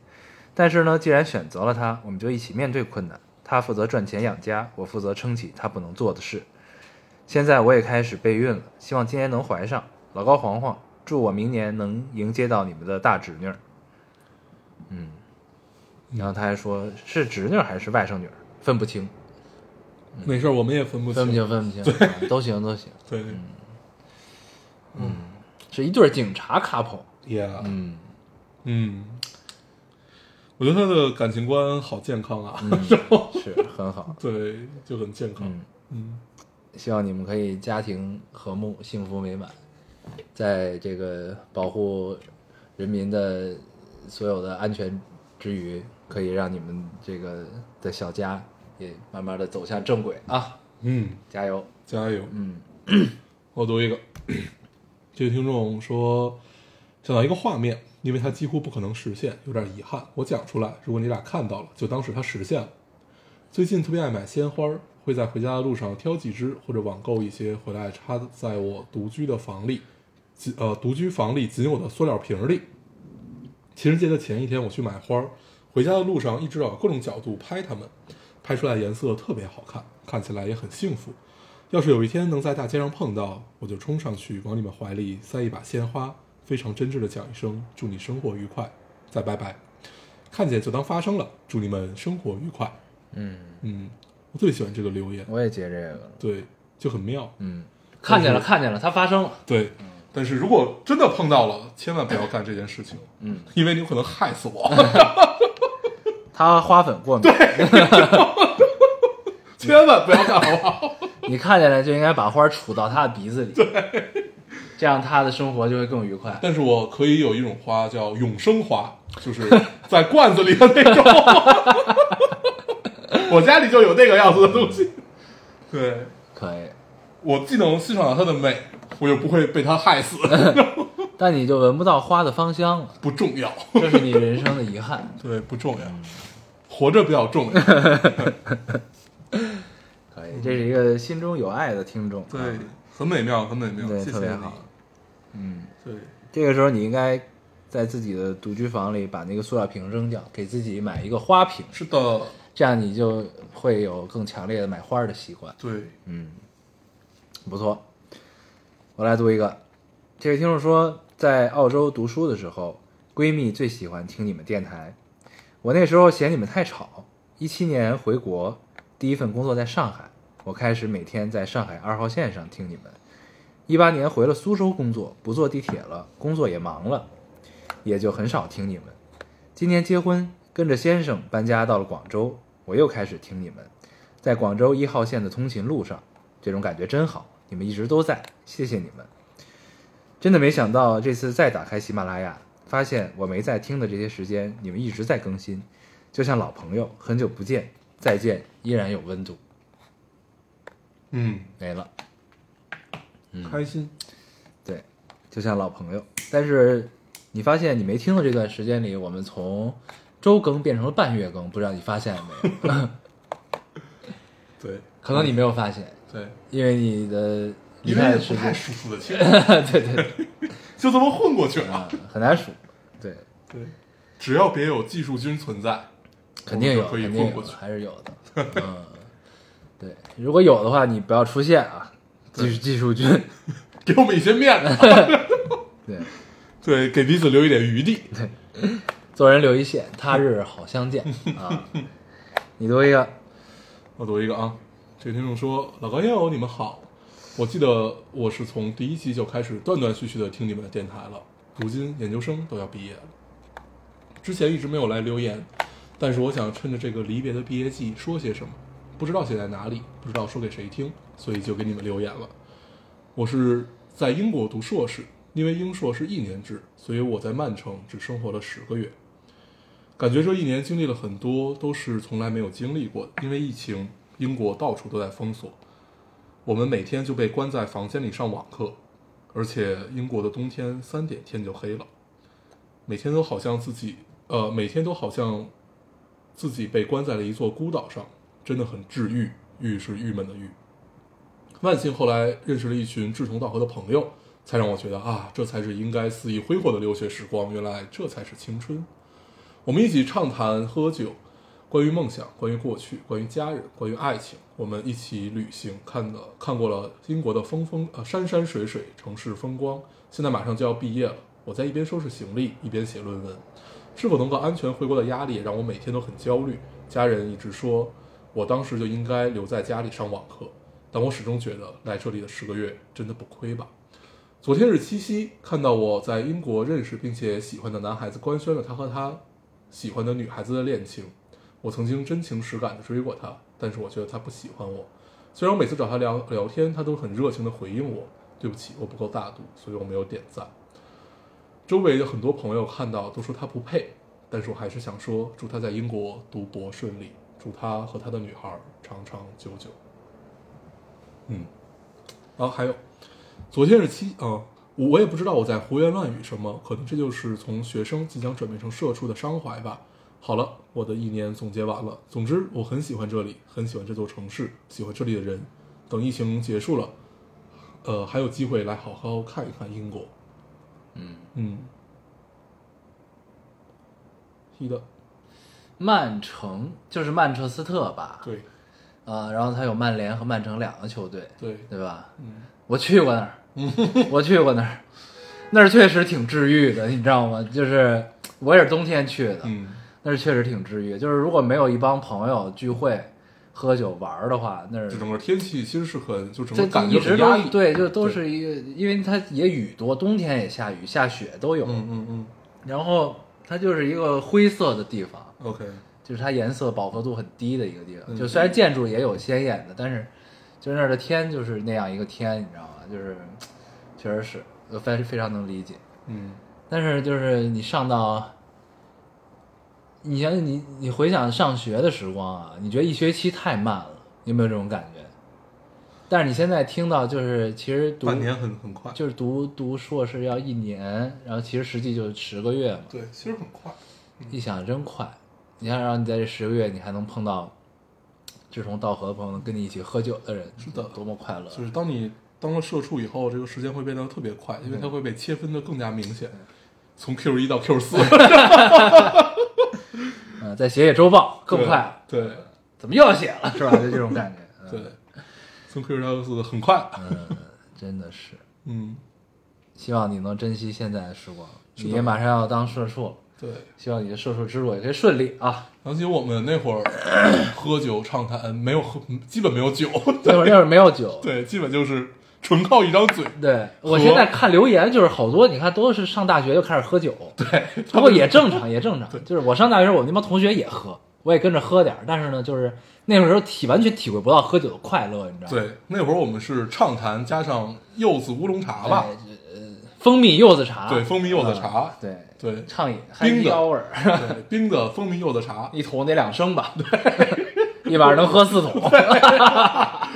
[SPEAKER 2] 但是呢，既然选择了他，我们就一起面对困难。他负责赚钱养家，我负责撑起他不能做的事。现在我也开始备孕了，希望今年能怀上。老高、黄黄，祝我明年能迎接到你们的大侄女儿。嗯，然后他还说是侄女儿还是外甥女儿，分不清，
[SPEAKER 3] 没事儿，我们也分不
[SPEAKER 2] 嗯分不
[SPEAKER 3] 清。
[SPEAKER 2] 清，嗯分不清，啊都行都行，
[SPEAKER 3] 对，
[SPEAKER 2] 是一对儿警察 couple。
[SPEAKER 3] 也，
[SPEAKER 2] 嗯，
[SPEAKER 3] 嗯，我觉得他的感情观好健康啊，
[SPEAKER 2] 嗯，是很好。
[SPEAKER 3] 对，就很健康。
[SPEAKER 2] 嗯，
[SPEAKER 3] 嗯
[SPEAKER 2] 希望你们可以家庭和睦、幸福美满，在这个保护人民的所有的安全之余，可以让你们这个的小家也慢慢的走向正轨啊！
[SPEAKER 3] 嗯，
[SPEAKER 2] 加油！
[SPEAKER 3] 加油！
[SPEAKER 2] 嗯
[SPEAKER 3] 我读一个，这位听众说想到一个画面，因为它几乎不可能实现，有点遗憾。我讲出来，如果你俩看到了，就当是它实现了。最近特别爱买鲜花，会在回家的路上挑几枝，或者网购一些回来插在我独居的房里，仅呃独居房里仅有的塑料瓶里。情人节的前一天，我去买花，回家的路上一直找各种角度拍它们，拍出来颜色特别好看，看起来也很幸福。要是有一天能在大街上碰到，我就冲上去往你们怀里塞一把鲜花，非常真挚的讲一声“祝你生活愉快”，再拜拜。看见就当发生了，祝你们生活愉快。
[SPEAKER 2] 嗯，
[SPEAKER 3] 嗯，我最喜欢这个留言，
[SPEAKER 2] 我也接这个了。
[SPEAKER 3] 对，就很妙。
[SPEAKER 2] 嗯，看见了，看见了，它发生了。
[SPEAKER 3] 对，但是如果真的碰到了，千万不要干这件事情，
[SPEAKER 2] 嗯，
[SPEAKER 3] 因为你有可能害死我。
[SPEAKER 2] 它花粉过敏，
[SPEAKER 3] 千万不要干，好不好？
[SPEAKER 2] 你看见了就应该把花杵到它的鼻子里，这样它的生活就会更愉快。
[SPEAKER 3] 但是我可以有一种花叫永生花，就是在罐子里的那种。 我家里就有那个样子的东西。对，
[SPEAKER 2] 可以，
[SPEAKER 3] 我既能欣赏到它的美，我又不会被它害死，
[SPEAKER 2] 但你就闻不到花的芳香了，
[SPEAKER 3] 不重要。
[SPEAKER 2] 这是你人生的遗憾。
[SPEAKER 3] 对，不重要，
[SPEAKER 2] 嗯
[SPEAKER 3] 活着比较重要。
[SPEAKER 2] 可以，这是一个心中有爱的听众。啊
[SPEAKER 3] 对，很美妙，很美妙，
[SPEAKER 2] 对
[SPEAKER 3] 谢
[SPEAKER 2] 特
[SPEAKER 3] 谢
[SPEAKER 2] 别
[SPEAKER 3] 你
[SPEAKER 2] 好。嗯，
[SPEAKER 3] 对，
[SPEAKER 2] 这个时候你应该在自己的独居房里把那个塑料瓶扔掉，给自己买一个花瓶，
[SPEAKER 3] 是的，
[SPEAKER 2] 这样你就会有更强烈的买花的习惯。
[SPEAKER 3] 对，
[SPEAKER 2] 嗯，不错。我来读一个，这位听众说，在澳洲读书的时候，闺蜜最喜欢听你们电台。我那时候嫌你们太吵。一七年回国，第一份工作在上海，我开始每天在上海二号线上听你们。一八年回了苏州工作，不坐地铁了，工作也忙了，也就很少听你们。今年结婚，跟着先生搬家到了广州，我又开始听你们。在广州一号线的通勤路上，这种感觉真好。你们一直都在，谢谢你们。真的没想到这次再打开喜马拉雅，发现我没在听的这些时间，你们一直在更新，就像老朋友，很久不见，再见依然有温度。
[SPEAKER 3] 嗯，
[SPEAKER 2] 没了，
[SPEAKER 3] 开心，
[SPEAKER 2] 对，就像老朋友。但是你发现你没听的这段时间里，我们从周更变成了半月更，不知道你发现了没有？
[SPEAKER 3] 对
[SPEAKER 2] 可能你没有发现，
[SPEAKER 3] 对，
[SPEAKER 2] 因为你的离
[SPEAKER 3] 因
[SPEAKER 2] 开
[SPEAKER 3] 为
[SPEAKER 2] 的
[SPEAKER 3] 不
[SPEAKER 2] 时
[SPEAKER 3] 太
[SPEAKER 2] 间，
[SPEAKER 3] 数数得清，
[SPEAKER 2] 对对对
[SPEAKER 3] 就这么混过去了。
[SPEAKER 2] 啊，很难数，对。
[SPEAKER 3] 对，只要别有技术君存在，
[SPEAKER 2] 肯定有，
[SPEAKER 3] 我们就可以
[SPEAKER 2] 肯定
[SPEAKER 3] 混
[SPEAKER 2] 有
[SPEAKER 3] 过，去。
[SPEAKER 2] 还是有的。嗯，对，如果有的话，你不要出现啊，技术技术君，
[SPEAKER 3] 给我们一些面子，
[SPEAKER 2] 对
[SPEAKER 3] 对，给彼此留一点余地。
[SPEAKER 2] 对，做人留一线，他日好相 见啊。你读一个，
[SPEAKER 3] 我读一个啊，这个听众说：“老高哎友，你们好，我记得我是从第一期就开始断断续续的听你们的电台了，如今研究生都要毕业了，之前一直没有来留言，但是我想趁着这个离别的毕业季说些什么，不知道写在哪里，不知道说给谁听，所以就给你们留言了。我是在英国读硕士，因为英硕是一年制，所以我在曼城只生活了十个月。感觉这一年经历了很多，都是从来没有经历过的。因为疫情，英国到处都在封锁，我们每天就被关在房间里上网课，而且英国的冬天三点天就黑了，每天都好像自己，呃，每天都好像自己被关在了一座孤岛上，真的很治愈。郁是郁闷的郁。万幸后来认识了一群志同道合的朋友，才让我觉得啊，这才是应该肆意挥霍的留学时光，原来这才是青春。我们一起畅谈、喝酒，关于梦想，关于过去，关于家人，关于爱情。我们一起旅行，看的看过了英国的风风呃山山水水，城市风光。现在马上就要毕业了，我在一边收拾行李，一边写论文。是否能够安全回国的压力，让我每天都很焦虑。家人一直说，我当时就应该留在家里上网课，但我始终觉得来这里的十个月真的不亏吧。昨天是七夕，看到我在英国认识并且喜欢的男孩子官宣了他和他喜欢的女孩子的恋情，我曾经真情实感的追过她，但是我觉得她不喜欢我。虽然我每次找她聊聊天，她都很热情的回应我，对不起，我不够大度，所以我没有点赞。周围的很多朋友看到都说她不配，但是我还是想说，祝她在英国读博顺利，祝她和她的女孩长长久久。嗯，然后还有，昨天是七啊，我我也不知道我在胡言乱语什么，可能这就是从学生即将转变成社畜的伤怀吧。好了，我的一年总结完了。总之，我很喜欢这里，很喜欢这座城市，喜欢这里的人。等疫情结束了，呃，还有机会来好好看一看英国。
[SPEAKER 2] 嗯，
[SPEAKER 3] 嗯，是的，
[SPEAKER 2] 曼城就是曼彻斯特吧？
[SPEAKER 3] 对
[SPEAKER 2] 啊，然后它有曼联和曼城两个球队，
[SPEAKER 3] 对，
[SPEAKER 2] 对吧？
[SPEAKER 3] 嗯，
[SPEAKER 2] 我去过那 儿，我去过那儿，那儿确实挺治愈的，你知道吗？就是我也是冬天去的，
[SPEAKER 3] 嗯，
[SPEAKER 2] 那儿确实挺治愈。就是如果没有一帮朋友聚会、喝酒玩儿的话，那儿
[SPEAKER 3] 就整个天气其实是很，就整
[SPEAKER 2] 这
[SPEAKER 3] 个感
[SPEAKER 2] 一
[SPEAKER 3] 觉
[SPEAKER 2] 直
[SPEAKER 3] 很
[SPEAKER 2] 都
[SPEAKER 3] 压抑。
[SPEAKER 2] 对，就都是一个，因为它也雨多，冬天也下雨、下雪都有，
[SPEAKER 3] 嗯嗯嗯
[SPEAKER 2] 然后它就是一个灰色的地方，
[SPEAKER 3] ，OK，
[SPEAKER 2] 就是它颜色饱和度很低的一个地方。
[SPEAKER 3] 嗯
[SPEAKER 2] 就虽然建筑也有鲜艳的，但是就是那儿的天就是那样一个天，你知道吗？就是确实是呃非非常能理解。
[SPEAKER 3] 嗯
[SPEAKER 2] 但是就是你上到，你想你你回想上学的时光啊，你觉得一学期太慢了，有没有这种感觉？但是你现在听到就是其实读
[SPEAKER 3] 半年很很快，
[SPEAKER 2] 就是读读硕士要一年，然后其实实际就是十个月嘛。
[SPEAKER 3] 对，其实很快。
[SPEAKER 2] 一想真快，你看，然后你在这十个月，你还能碰到志同道合的朋友，跟你一起喝酒的人，
[SPEAKER 3] 是的
[SPEAKER 2] 多么快乐！
[SPEAKER 3] 就是当你当了社畜以后，这个时间会变得特别快，因为
[SPEAKER 2] 嗯
[SPEAKER 3] 它会被切分的更加明显，从 Q 一到 Q 四，
[SPEAKER 2] 嗯、在写写周报更快，
[SPEAKER 3] 对对
[SPEAKER 2] 怎么又要写了是吧？就这种感觉， 嗯、
[SPEAKER 3] 对，从 Q 一到 Q 四很快，
[SPEAKER 2] 真的是。
[SPEAKER 3] 嗯，
[SPEAKER 2] 希望你能珍惜现在的时光，
[SPEAKER 3] 是的
[SPEAKER 2] 你也马上要当社畜了，
[SPEAKER 3] 对。
[SPEAKER 2] 希望你的社畜之路也可以顺利啊！
[SPEAKER 3] 而且我们那会儿 喝酒畅谈，没有喝，基本没有酒，
[SPEAKER 2] 那会儿那会儿没有 酒，
[SPEAKER 3] 对，基本就是纯靠一张嘴，
[SPEAKER 2] 对我
[SPEAKER 3] 和
[SPEAKER 2] 现在看留言，就是好多你看都是上大学就开始喝酒，对，不过也正 常，也正常。就是我上大学时候，我那帮同学也喝，我也跟着喝点儿，但是呢，就是那会儿时候体完全体会不到喝酒的快乐，你知道吗？
[SPEAKER 3] 对，那会儿我们是畅谈加上柚子乌龙茶吧，
[SPEAKER 2] 蜂蜜柚子茶，
[SPEAKER 3] 对蜂蜜柚子茶
[SPEAKER 2] 嗯对，
[SPEAKER 3] 对，
[SPEAKER 2] 畅饮嗨
[SPEAKER 3] 冰的
[SPEAKER 2] 腰味儿，
[SPEAKER 3] 对，冰的蜂蜜柚子茶，
[SPEAKER 2] 一桶得两升吧，对，一 晚上能喝四桶，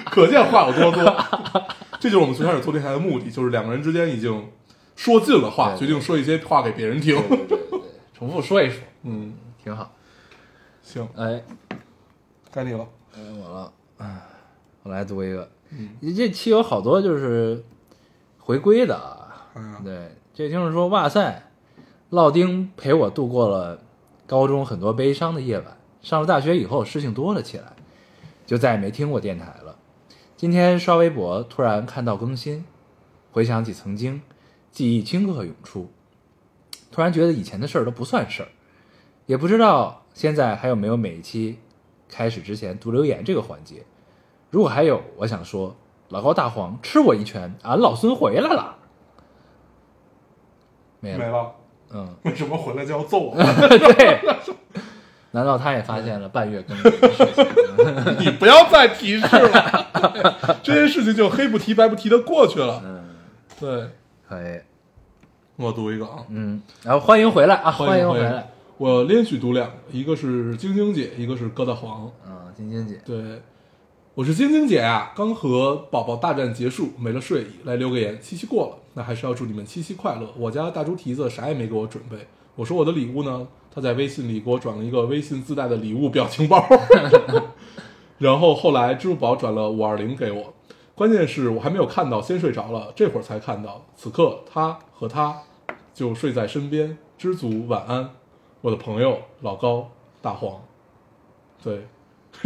[SPEAKER 3] 可见话有多多。这就是我们最开始做电台的目的，就是两个人之间已经说尽了话，
[SPEAKER 2] 对
[SPEAKER 3] 决定说一些话给别人听。
[SPEAKER 2] 重复说一说，
[SPEAKER 3] 嗯，
[SPEAKER 2] 挺好。
[SPEAKER 3] 行，
[SPEAKER 2] 哎，
[SPEAKER 3] 该你了。
[SPEAKER 2] 哎，我了，我来读一个。你这期有好多就是回归的啊。
[SPEAKER 3] 嗯
[SPEAKER 2] 对，这听众说，哇塞，烙丁陪我度过了高中很多悲伤的夜晚。上了大学以后，事情多了起来，就再也没听过电台了。今天刷微博，突然看到更新，回想起曾经，记忆顷刻涌出，突然觉得以前的事儿都不算事儿，也不知道现在还有没有每一期开始之前读留言这个环节。如果还有，我想说，老高大黄吃我一拳，俺老孙回来了。没
[SPEAKER 3] 没
[SPEAKER 2] 了，
[SPEAKER 3] 了。
[SPEAKER 2] 嗯，
[SPEAKER 3] 为什么回来就要揍我？
[SPEAKER 2] 对。 难道他也发现了半月更新的事情？
[SPEAKER 3] 你不要再提示了， 这件事情就黑不提白不提的过去了。
[SPEAKER 2] 嗯，
[SPEAKER 3] 对，
[SPEAKER 2] 可以，
[SPEAKER 3] 我读一个啊，
[SPEAKER 2] 嗯，然后欢迎回来啊，欢
[SPEAKER 3] 迎
[SPEAKER 2] 回
[SPEAKER 3] 来
[SPEAKER 2] 来，。
[SPEAKER 3] 我连续读两个，一个是晶晶姐，一个是疙瘩黄。
[SPEAKER 2] 嗯，晶晶姐，
[SPEAKER 3] 对，我是晶晶姐啊，刚和宝宝大战结束，没了睡意，来留个言。七夕过了，那还是要祝你们七夕快乐。我家大猪蹄子啥也没给我准备，我说我的礼物呢，他在微信里给我转了一个微信自带的礼物表情包， 然后后来支付宝转了五二零给我。关键是我还没有看到，先睡着了，这会儿才看到。此刻他和他就睡在身边，知足晚安，我的朋友老高大黄，对，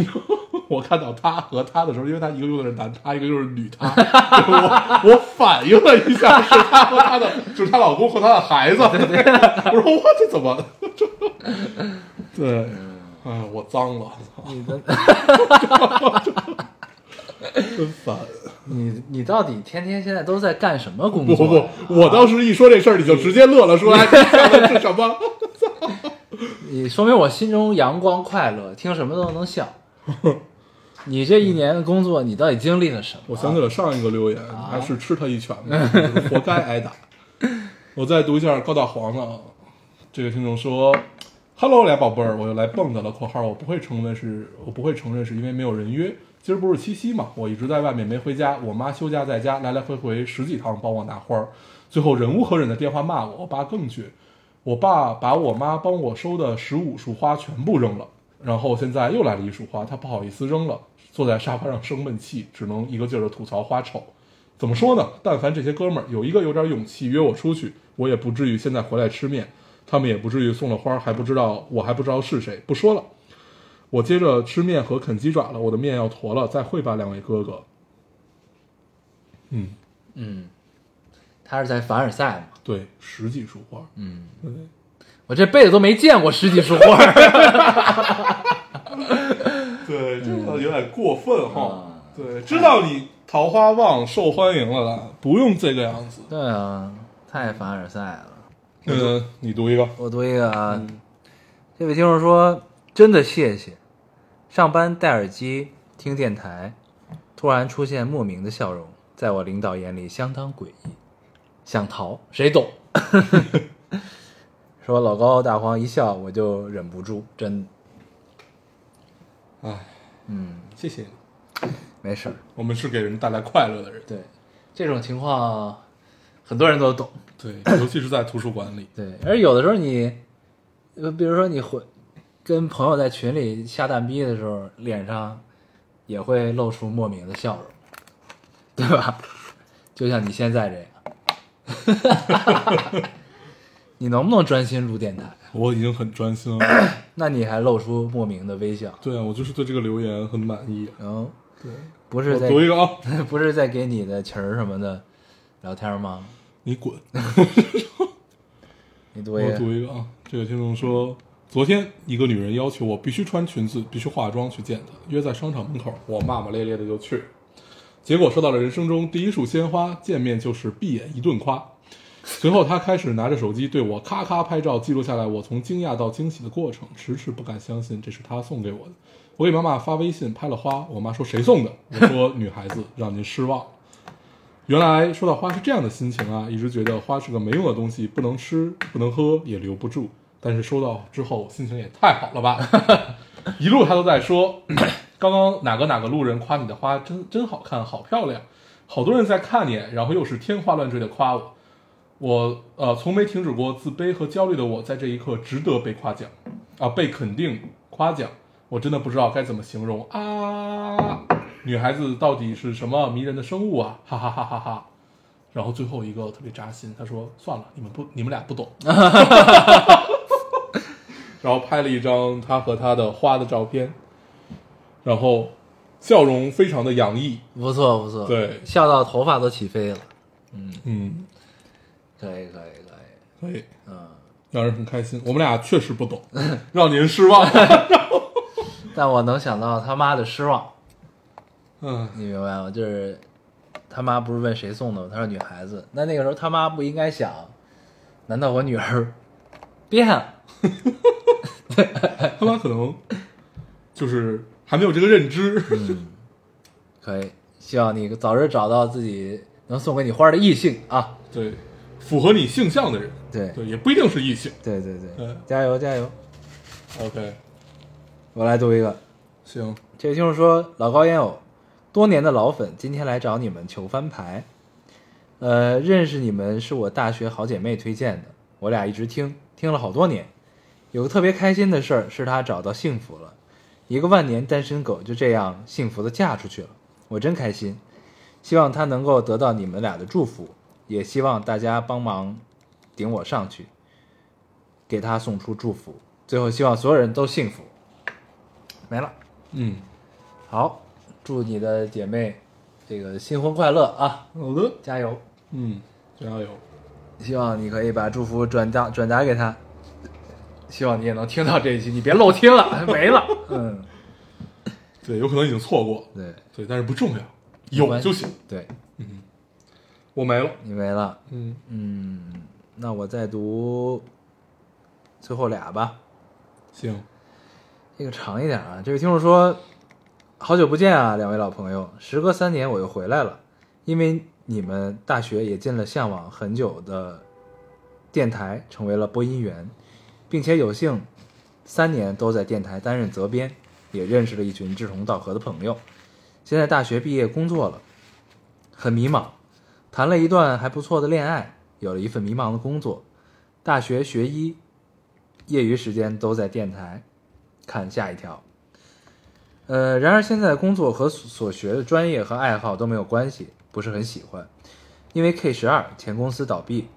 [SPEAKER 3] 我看到他和他的时候，因为他一个用的是男他，一个用的是女他，我我反应了一下，是他和他的，就是她老公和她的孩子。 我说我这怎么？对，哎，我脏了，
[SPEAKER 2] 你的
[SPEAKER 3] 真烦。
[SPEAKER 2] 你你到底天天现在都在干什么工
[SPEAKER 3] 不
[SPEAKER 2] 作啊
[SPEAKER 3] 不
[SPEAKER 2] 呀？
[SPEAKER 3] 不，我当时一说这事儿，你就直接乐了，说哎，你想的是什么？
[SPEAKER 2] 你说明我心中阳光快乐，听什么都能 笑。你这一年的工作，你到底经历了什么？啊
[SPEAKER 3] 我想起了上一个留言，还是吃他一拳吧，就是活该挨打。我再读一下高大黄的，啊，这个听众说：“Hello，俩宝贝儿，我又来蹦跶了。”（括号我不会承认是，我不会承认是因为没有人约。今儿不是七夕嘛，我一直在外面没回家，我妈休假在家，来来回回十几趟帮我拿花儿，最后忍无可忍的电话骂我，我爸更绝。我爸把我妈帮我收的十五束花全部扔了，然后现在又来了一束花，他不好意思扔了，坐在沙发上生闷气，只能一个劲儿的吐槽花丑。怎么说呢？但凡这些哥们儿有一个有点勇气约我出去，我也不至于现在回来吃面，他们也不至于送了花还不知道我还不知道是谁。不说了，我接着吃面和啃鸡爪了，我的面要坨了，再会吧，两位哥哥。嗯，
[SPEAKER 2] 嗯，他是在凡尔赛嘛？
[SPEAKER 3] 对，十几束花，
[SPEAKER 2] 嗯，
[SPEAKER 3] 嗯
[SPEAKER 2] 我这辈子都没见过十几束花 儿。
[SPEAKER 3] 对，这个有点过分哈。
[SPEAKER 2] 嗯
[SPEAKER 3] 对，知道你桃花旺受欢迎了啦，不用这个样子。
[SPEAKER 2] 对啊，太凡尔赛了。
[SPEAKER 3] 嗯，你读一个。
[SPEAKER 2] 我读一个啊，这位听众说：“真的谢谢，上班戴耳机听电台，突然出现莫名的笑容，在我领导眼里相当诡异，想逃谁 懂？”说老高大黄一笑，我就忍不住，真
[SPEAKER 3] 哎，
[SPEAKER 2] 嗯，
[SPEAKER 3] 谢谢你，
[SPEAKER 2] 没事儿。
[SPEAKER 3] 我们是给人带来快乐的人。
[SPEAKER 2] 对，这种情况很多人都懂。
[SPEAKER 3] 对， 尤其是在图书馆里。
[SPEAKER 2] 对，而有的时候你，呃，比如说你回跟朋友在群里瞎蛋逼的时候，脸上也会露出莫名的笑容，对吧？就像你现在这样， 你能不能专心录电台？
[SPEAKER 3] 我已经很专心 了。
[SPEAKER 2] 那你还露出莫名的微笑，
[SPEAKER 3] 对啊，我就是对这个留言很满意。
[SPEAKER 2] 然后
[SPEAKER 3] 对，
[SPEAKER 2] 不是
[SPEAKER 3] 我
[SPEAKER 2] 在
[SPEAKER 3] 读一个啊，
[SPEAKER 2] 不是在给你的情儿什么的聊天吗？
[SPEAKER 3] 你滚。
[SPEAKER 2] 你读一
[SPEAKER 3] 我
[SPEAKER 2] 个
[SPEAKER 3] 读一个啊，这个听众说，昨天一个女人要求我必须穿裙子，必须化妆去见她，约在商场门口，我骂骂咧咧的就去，结果收到了人生中第一束鲜花，见面就是闭眼一顿夸。随后，她开始拿着手机对我咔咔拍照，记录下来我从惊讶到惊喜的过程，迟迟不敢相信这是她送给我的。我给妈妈发微信拍了花，我妈说谁送的？我说女孩子，让您失望了。原来收到花是这样的心情啊，一直觉得花是个没用的东西，不能吃，不能喝，也留不住。但是收到之后，心情也太好了吧！ 一路他都在说，刚刚哪个哪个路人夸你的花真真好看，好漂亮，好多人在看你，然后又是天花乱坠的夸我。我呃，从没停止过自卑和焦虑的我，在这一刻值得被夸奖啊、被肯定、夸奖。我真的不知道该怎么形容啊！女孩子到底是什么迷人的生物啊！哈哈哈哈哈！然后最后一个特别扎心，他说：“算了，你们不，你们俩不懂。” 然后拍了一张他和他的花的照片，然后笑容非常的洋溢。
[SPEAKER 2] 不错不错，
[SPEAKER 3] 对
[SPEAKER 2] 笑到头发都起飞了，
[SPEAKER 3] 嗯，
[SPEAKER 2] 可以可以可以，
[SPEAKER 3] 可以。
[SPEAKER 2] 嗯。
[SPEAKER 3] 让人很开心。我们俩确实不懂，让您失望。
[SPEAKER 2] 但我能想到他妈的失望，
[SPEAKER 3] 嗯，
[SPEAKER 2] 你明白吗？就是他妈不是问谁送的吗？他说女孩子。那那个时候他妈不应该想，难道我女儿变了？
[SPEAKER 3] 他妈可能就是还没有这个认知。
[SPEAKER 2] 可以，希望你早日找到自己能送给你花的异性啊！
[SPEAKER 3] 对，符合你性向的人，
[SPEAKER 2] 对
[SPEAKER 3] 对，也不一定是异性。
[SPEAKER 2] 对对对
[SPEAKER 3] 嗯，
[SPEAKER 2] 加油加油！
[SPEAKER 3] OK，
[SPEAKER 2] 我来读一个，
[SPEAKER 3] 行，
[SPEAKER 2] 这位听众说：“老高烟偶，多年的老粉，今天来找你们求翻牌。呃，认识你们是我大学好姐妹推荐的，我俩一直听，听了好多年。有个特别开心的事儿，是她找到幸福了，一个万年单身狗就这样幸福的嫁出去了，我真开心。希望她能够得到你们俩的祝福，也希望大家帮忙顶我上去，给她送出祝福。最后，希望所有人都幸福。没了。”
[SPEAKER 3] 嗯，
[SPEAKER 2] 好，祝你的姐妹这个新婚快乐啊，
[SPEAKER 3] 好的，
[SPEAKER 2] 加油！
[SPEAKER 3] 嗯，加油。
[SPEAKER 2] 希望你可以把祝福转达转达给她，希望你也能听到这一期，你别漏听 了，没了。嗯，
[SPEAKER 3] 对，有可能已经错过，
[SPEAKER 2] 对，
[SPEAKER 3] 对，但是不重要，
[SPEAKER 2] 没
[SPEAKER 3] 有
[SPEAKER 2] 关系
[SPEAKER 3] 就行。。
[SPEAKER 2] 对，
[SPEAKER 3] 我没了，
[SPEAKER 2] 你没了。
[SPEAKER 3] 嗯
[SPEAKER 2] 嗯，那我再读最后俩吧。
[SPEAKER 3] 行，
[SPEAKER 2] 这个长一点啊，这位听众说：“好久不见啊，两位老朋友，时隔三年我又回来了，因为你们大学也进了向往很久的电台，成为了播音员，并且有幸三年都在电台担任责编，也认识了一群志同道合的朋友。现在大学毕业工作了，很迷茫，谈了一段还不错的恋爱，有了一份迷茫的工作，大学学医，业余时间都在电台。”看下一条。呃，然而现在的工作和所所学的专业和爱好都没有关系，不是很喜欢。因为 K 十二前公司倒闭，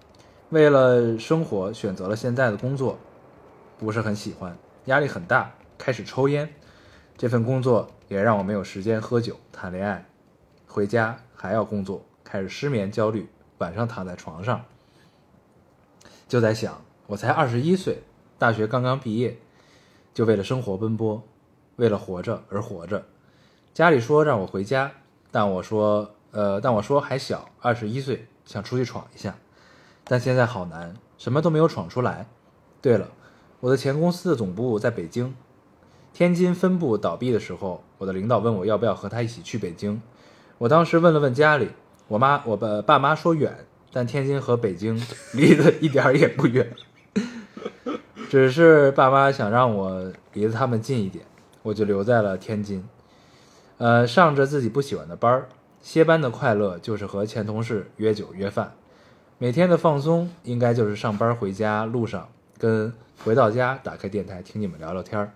[SPEAKER 2] 为了生活选择了现在的工作，不是很喜欢，压力很大，开始抽烟。这份工作也让我没有时间喝酒、谈恋爱，回家还要工作，开始失眠、焦虑，晚上躺在床上，就在想，我才二十一岁，大学刚刚毕业，就为了生活奔波，为了活着而活着。家里说让我回家，但我说，呃，但我说还小，二十一岁，想出去闯一下，但现在好难，什么都没有闯出来。对了，我的前公司的总部在北京，天津分部倒闭的时候，我的领导问我要不要和他一起去北京，我当时问了问家里，我妈我爸爸妈说远，但天津和北京 离得一点儿也不远。只是爸妈想让我离得他们近一点，我就留在了天津。呃，上着自己不喜欢的班儿，歇班的快乐就是和前同事约酒约饭，每天的放松应该就是上班回家路上跟回到家打开电台听你们聊聊天儿，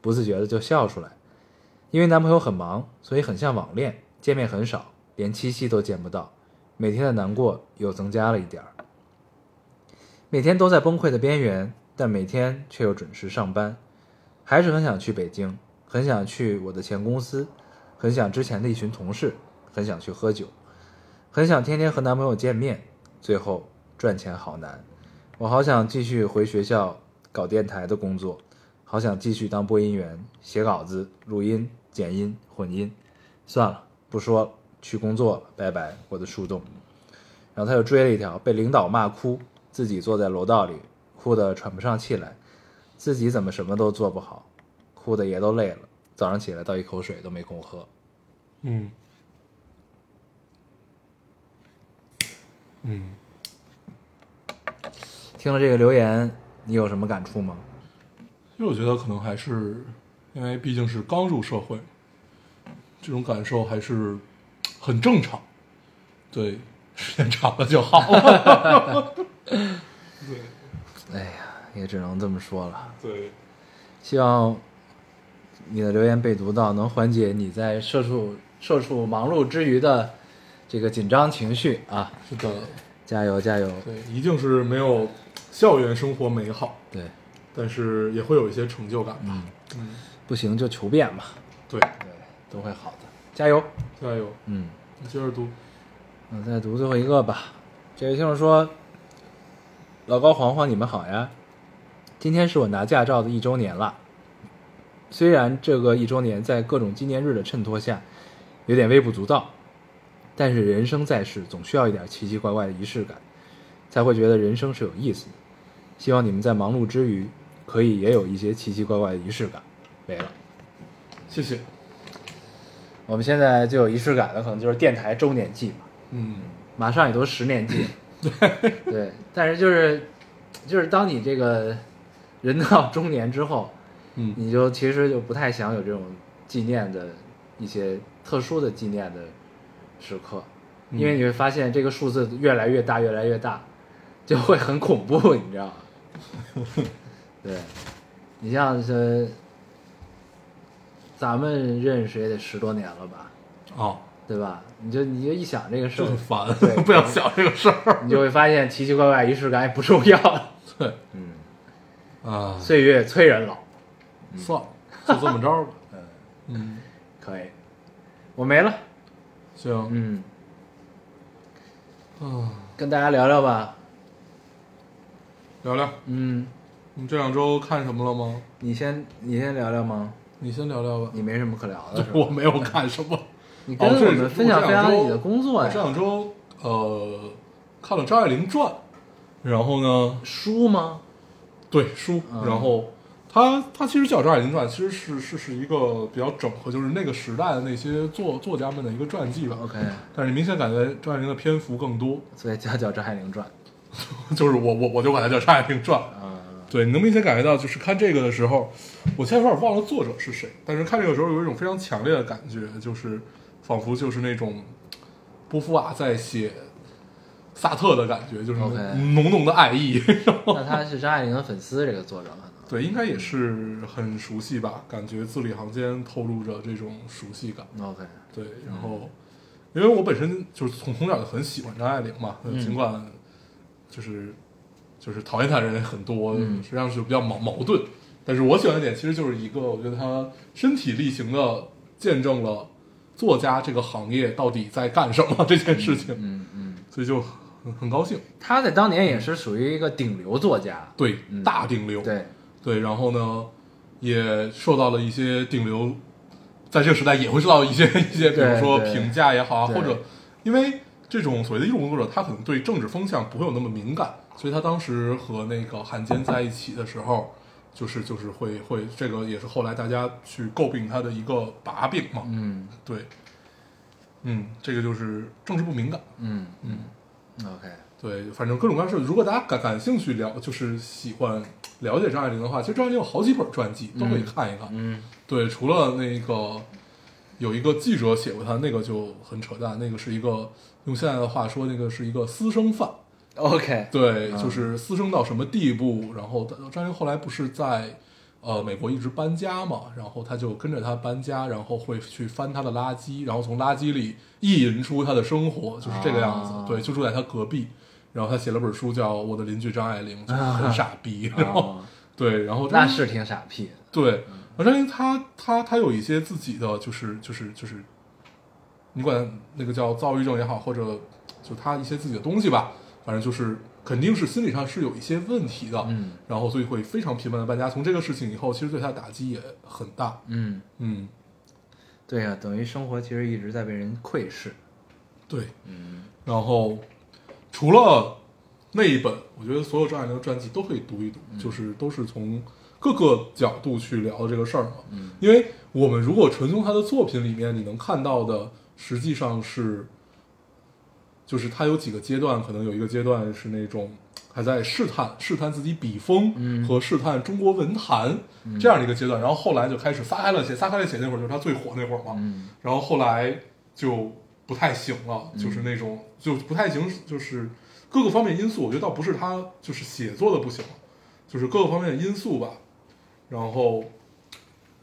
[SPEAKER 2] 不自觉的就笑出来。因为男朋友很忙，所以很像网恋，见面很少，连七夕都见不到，每天的难过又增加了一点儿。每天都在崩溃的边缘，但每天却又准时上班，还是很想去北京，很想去我的前公司，很想之前的一群同事，很想去喝酒，很想天天和男朋友见面。最后赚钱好难，我好想继续回学校搞电台的工作，好想继续当播音员，写稿子、录音、剪音、混音。算了，不说了，去工作了，拜拜，我的树洞。然后他又追了一条，被领导骂哭，自己坐在楼道里哭得喘不上气来，自己怎么什么都做不好，哭的也都累了，早上起来倒一口水都没空喝。
[SPEAKER 3] 嗯，嗯，
[SPEAKER 2] 听了这个留言，你有什么感触吗？
[SPEAKER 3] 因为我觉得可能还是因为毕竟是刚入社会，这种感受还是很正常。对，时间长了就好了。 对
[SPEAKER 2] 哎呀，也只能这么说了。
[SPEAKER 3] 对，
[SPEAKER 2] 希望你的留言被读到，能缓解你在社畜社畜忙碌之余的这个紧张情绪啊！
[SPEAKER 3] 是的，
[SPEAKER 2] 加油加油！
[SPEAKER 3] 对，一定是没有校园生活美好，
[SPEAKER 2] 对，
[SPEAKER 3] 但是也会有一些成就感吧。嗯，
[SPEAKER 2] 不行就求变吧，
[SPEAKER 3] 对，
[SPEAKER 2] 对，都会好的，加油！
[SPEAKER 3] 加油，
[SPEAKER 2] 嗯。
[SPEAKER 3] 你接着读。
[SPEAKER 2] 我再读最后一个吧。这位听众说：“老高、黄黄，你们好呀！今天是我拿驾照的一周年了。虽然这个一周年在各种纪念日的衬托下，有点微不足道，但是人生在世，总需要一点奇奇怪怪的仪式感，才会觉得人生是有意思的。希望你们在忙碌之余，可以也有一些奇奇怪怪的仪式感。”没了。
[SPEAKER 3] 谢谢。
[SPEAKER 2] 我们现在最有仪式感的，可能就是电台周年季吧。
[SPEAKER 3] 嗯，
[SPEAKER 2] 马上也都十年 级，对，但是就是就是当你这个人到中年之后，
[SPEAKER 3] 嗯
[SPEAKER 2] 你就其实就不太想有这种纪念的一些特殊的纪念的时刻，
[SPEAKER 3] 嗯
[SPEAKER 2] 因为你会发现这个数字越来越大，越来越大，就会很恐怖，你知道吗？ 对，你像是咱们认识也得十多年了吧，
[SPEAKER 3] 哦，
[SPEAKER 2] 对吧？你就你就一想这个事
[SPEAKER 3] 就
[SPEAKER 2] 儿
[SPEAKER 3] 很，烦
[SPEAKER 2] 对，
[SPEAKER 3] 不想想这个事儿。
[SPEAKER 2] 你就会发现奇奇怪怪仪式感也不重要，
[SPEAKER 3] 对，
[SPEAKER 2] 嗯，
[SPEAKER 3] 啊，
[SPEAKER 2] 岁月催人老，嗯
[SPEAKER 3] 算了，就这 么着吧。嗯，
[SPEAKER 2] 可以，我没了，
[SPEAKER 3] 行
[SPEAKER 2] 嗯，
[SPEAKER 3] 啊，
[SPEAKER 2] 跟大家聊聊吧，
[SPEAKER 3] 聊聊
[SPEAKER 2] 嗯，
[SPEAKER 3] 你这两周看什么了吗？
[SPEAKER 2] 你先你先聊聊吗？
[SPEAKER 3] 你先聊聊吧。
[SPEAKER 2] 你没什么可聊的，是吧
[SPEAKER 3] 我没有看什 么。
[SPEAKER 2] 你跟哦我们分享分享你的工作
[SPEAKER 3] 我
[SPEAKER 2] 呀
[SPEAKER 3] 这，两周呃看了张爱玲传，然后呢，
[SPEAKER 2] 书吗？
[SPEAKER 3] 对书，
[SPEAKER 2] 嗯
[SPEAKER 3] 然后他他其实叫《张爱玲传》，其实是是是一个比较整合，就是那个时代的那些作作家们的一个传记吧。
[SPEAKER 2] OK，
[SPEAKER 3] 但是你明显感觉张爱玲的篇幅更多，
[SPEAKER 2] 所以叫叫《张爱玲传
[SPEAKER 3] 就是我我我就管它叫《张爱玲传》。》
[SPEAKER 2] 啊，
[SPEAKER 3] 对，你能明显感觉到，就是看这个的时候，我现在有点忘了作者是谁，但是看这个时候有一种非常强烈的感觉，就是仿佛就是那种波伏娃在写萨特的感觉，就是
[SPEAKER 2] OK
[SPEAKER 3] 浓浓的爱意。
[SPEAKER 2] 那他是张爱玲的粉丝，这个作者可能
[SPEAKER 3] 对，应该也是很熟悉吧，感觉字里行间透露着这种熟悉感。
[SPEAKER 2] OK，
[SPEAKER 3] 对，然后因为我本身就是从从小就很喜欢张爱玲嘛，呃
[SPEAKER 2] 嗯
[SPEAKER 3] 尽管就是就是讨厌她的人也很多，
[SPEAKER 2] 嗯
[SPEAKER 3] 实际上是比较矛矛盾。但是我喜欢的点其实就是一个，我觉得她身体力行的见证了作家这个行业到底在干什么这件事情，
[SPEAKER 2] 嗯嗯，
[SPEAKER 3] 所以就很很高兴。
[SPEAKER 2] 他在当年也是属于一个顶流作家，
[SPEAKER 3] 对，
[SPEAKER 2] 嗯
[SPEAKER 3] 大顶流，
[SPEAKER 2] 对，
[SPEAKER 3] 对，然后呢，也受到了一些顶流，在这个时代也会受到一些 一些，比如
[SPEAKER 2] 对
[SPEAKER 3] 说
[SPEAKER 2] 对
[SPEAKER 3] 评价也好啊，
[SPEAKER 2] 对
[SPEAKER 3] 或者因为这种所谓的艺术工作者，他可能对政治风向不会有那么敏感，所以他当时和那个汉奸在一起的时候，就是就是会会这个也是后来大家去诟病他的一个把柄嘛，
[SPEAKER 2] 嗯
[SPEAKER 3] 对，嗯，这个就是政治不敏感，
[SPEAKER 2] 嗯
[SPEAKER 3] 嗯。
[SPEAKER 2] ，OK，
[SPEAKER 3] 对，反正各种各样的事。如果大家感感兴趣了，就是喜欢了解张爱玲的话，其实张爱玲有好几本传记都可以看一看。
[SPEAKER 2] 嗯
[SPEAKER 3] 对，除了那个有一个记者写过她，那个就很扯淡，那个是一个用现在的话说，那个是一个私生饭。
[SPEAKER 2] ，OK，
[SPEAKER 3] 对，
[SPEAKER 2] 嗯
[SPEAKER 3] 就是私生到什么地步。然后她张爱玲后来不是在呃美国一直搬家嘛，然后她就跟着她搬家，然后会去翻她的垃圾，然后从垃圾里意淫出她的生活，就是这个样子。
[SPEAKER 2] 啊
[SPEAKER 3] 对，就住在她隔壁。然后她写了本书叫《我的邻居张爱玲》，就是很傻逼。 然后
[SPEAKER 2] 哦
[SPEAKER 3] 对，然后张
[SPEAKER 2] 啊那
[SPEAKER 3] 爱
[SPEAKER 2] 是挺傻屁的，
[SPEAKER 3] 对，张爱玲她她她有一些自己的，就是就是就是，你管那个叫躁郁症也好，或者就她一些自己的东西吧，反正就是肯定是心理上是有一些问题的，
[SPEAKER 2] 嗯
[SPEAKER 3] 然后所以会非常频繁的搬家。从这个事情以后，其实对她的打击也很大，
[SPEAKER 2] 嗯，
[SPEAKER 3] 嗯，
[SPEAKER 2] 对呀、等于生活其实一直在被人窥视，
[SPEAKER 3] 对，嗯，然后除了那一本，我觉得所有张爱玲的传记都可以读一读，就是都是从各个角度去聊这个事儿嘛。嗯，因为我们如果纯从她的作品里面，你能看到的实际上是，就是她有几个阶段，可能有一个阶段是那种。还在试探试探自己笔锋
[SPEAKER 2] 嗯
[SPEAKER 3] 和试探中国文坛这样的一个阶段，然后后来就开始撒开了写，撒开了写那会儿就是她最火那会儿嘛，
[SPEAKER 2] 嗯
[SPEAKER 3] 然后后来就不太行了，就是那种就不太行，就是各个方面因素，我觉得倒不是他就是写作的不行，就是各个方面的因素吧，然后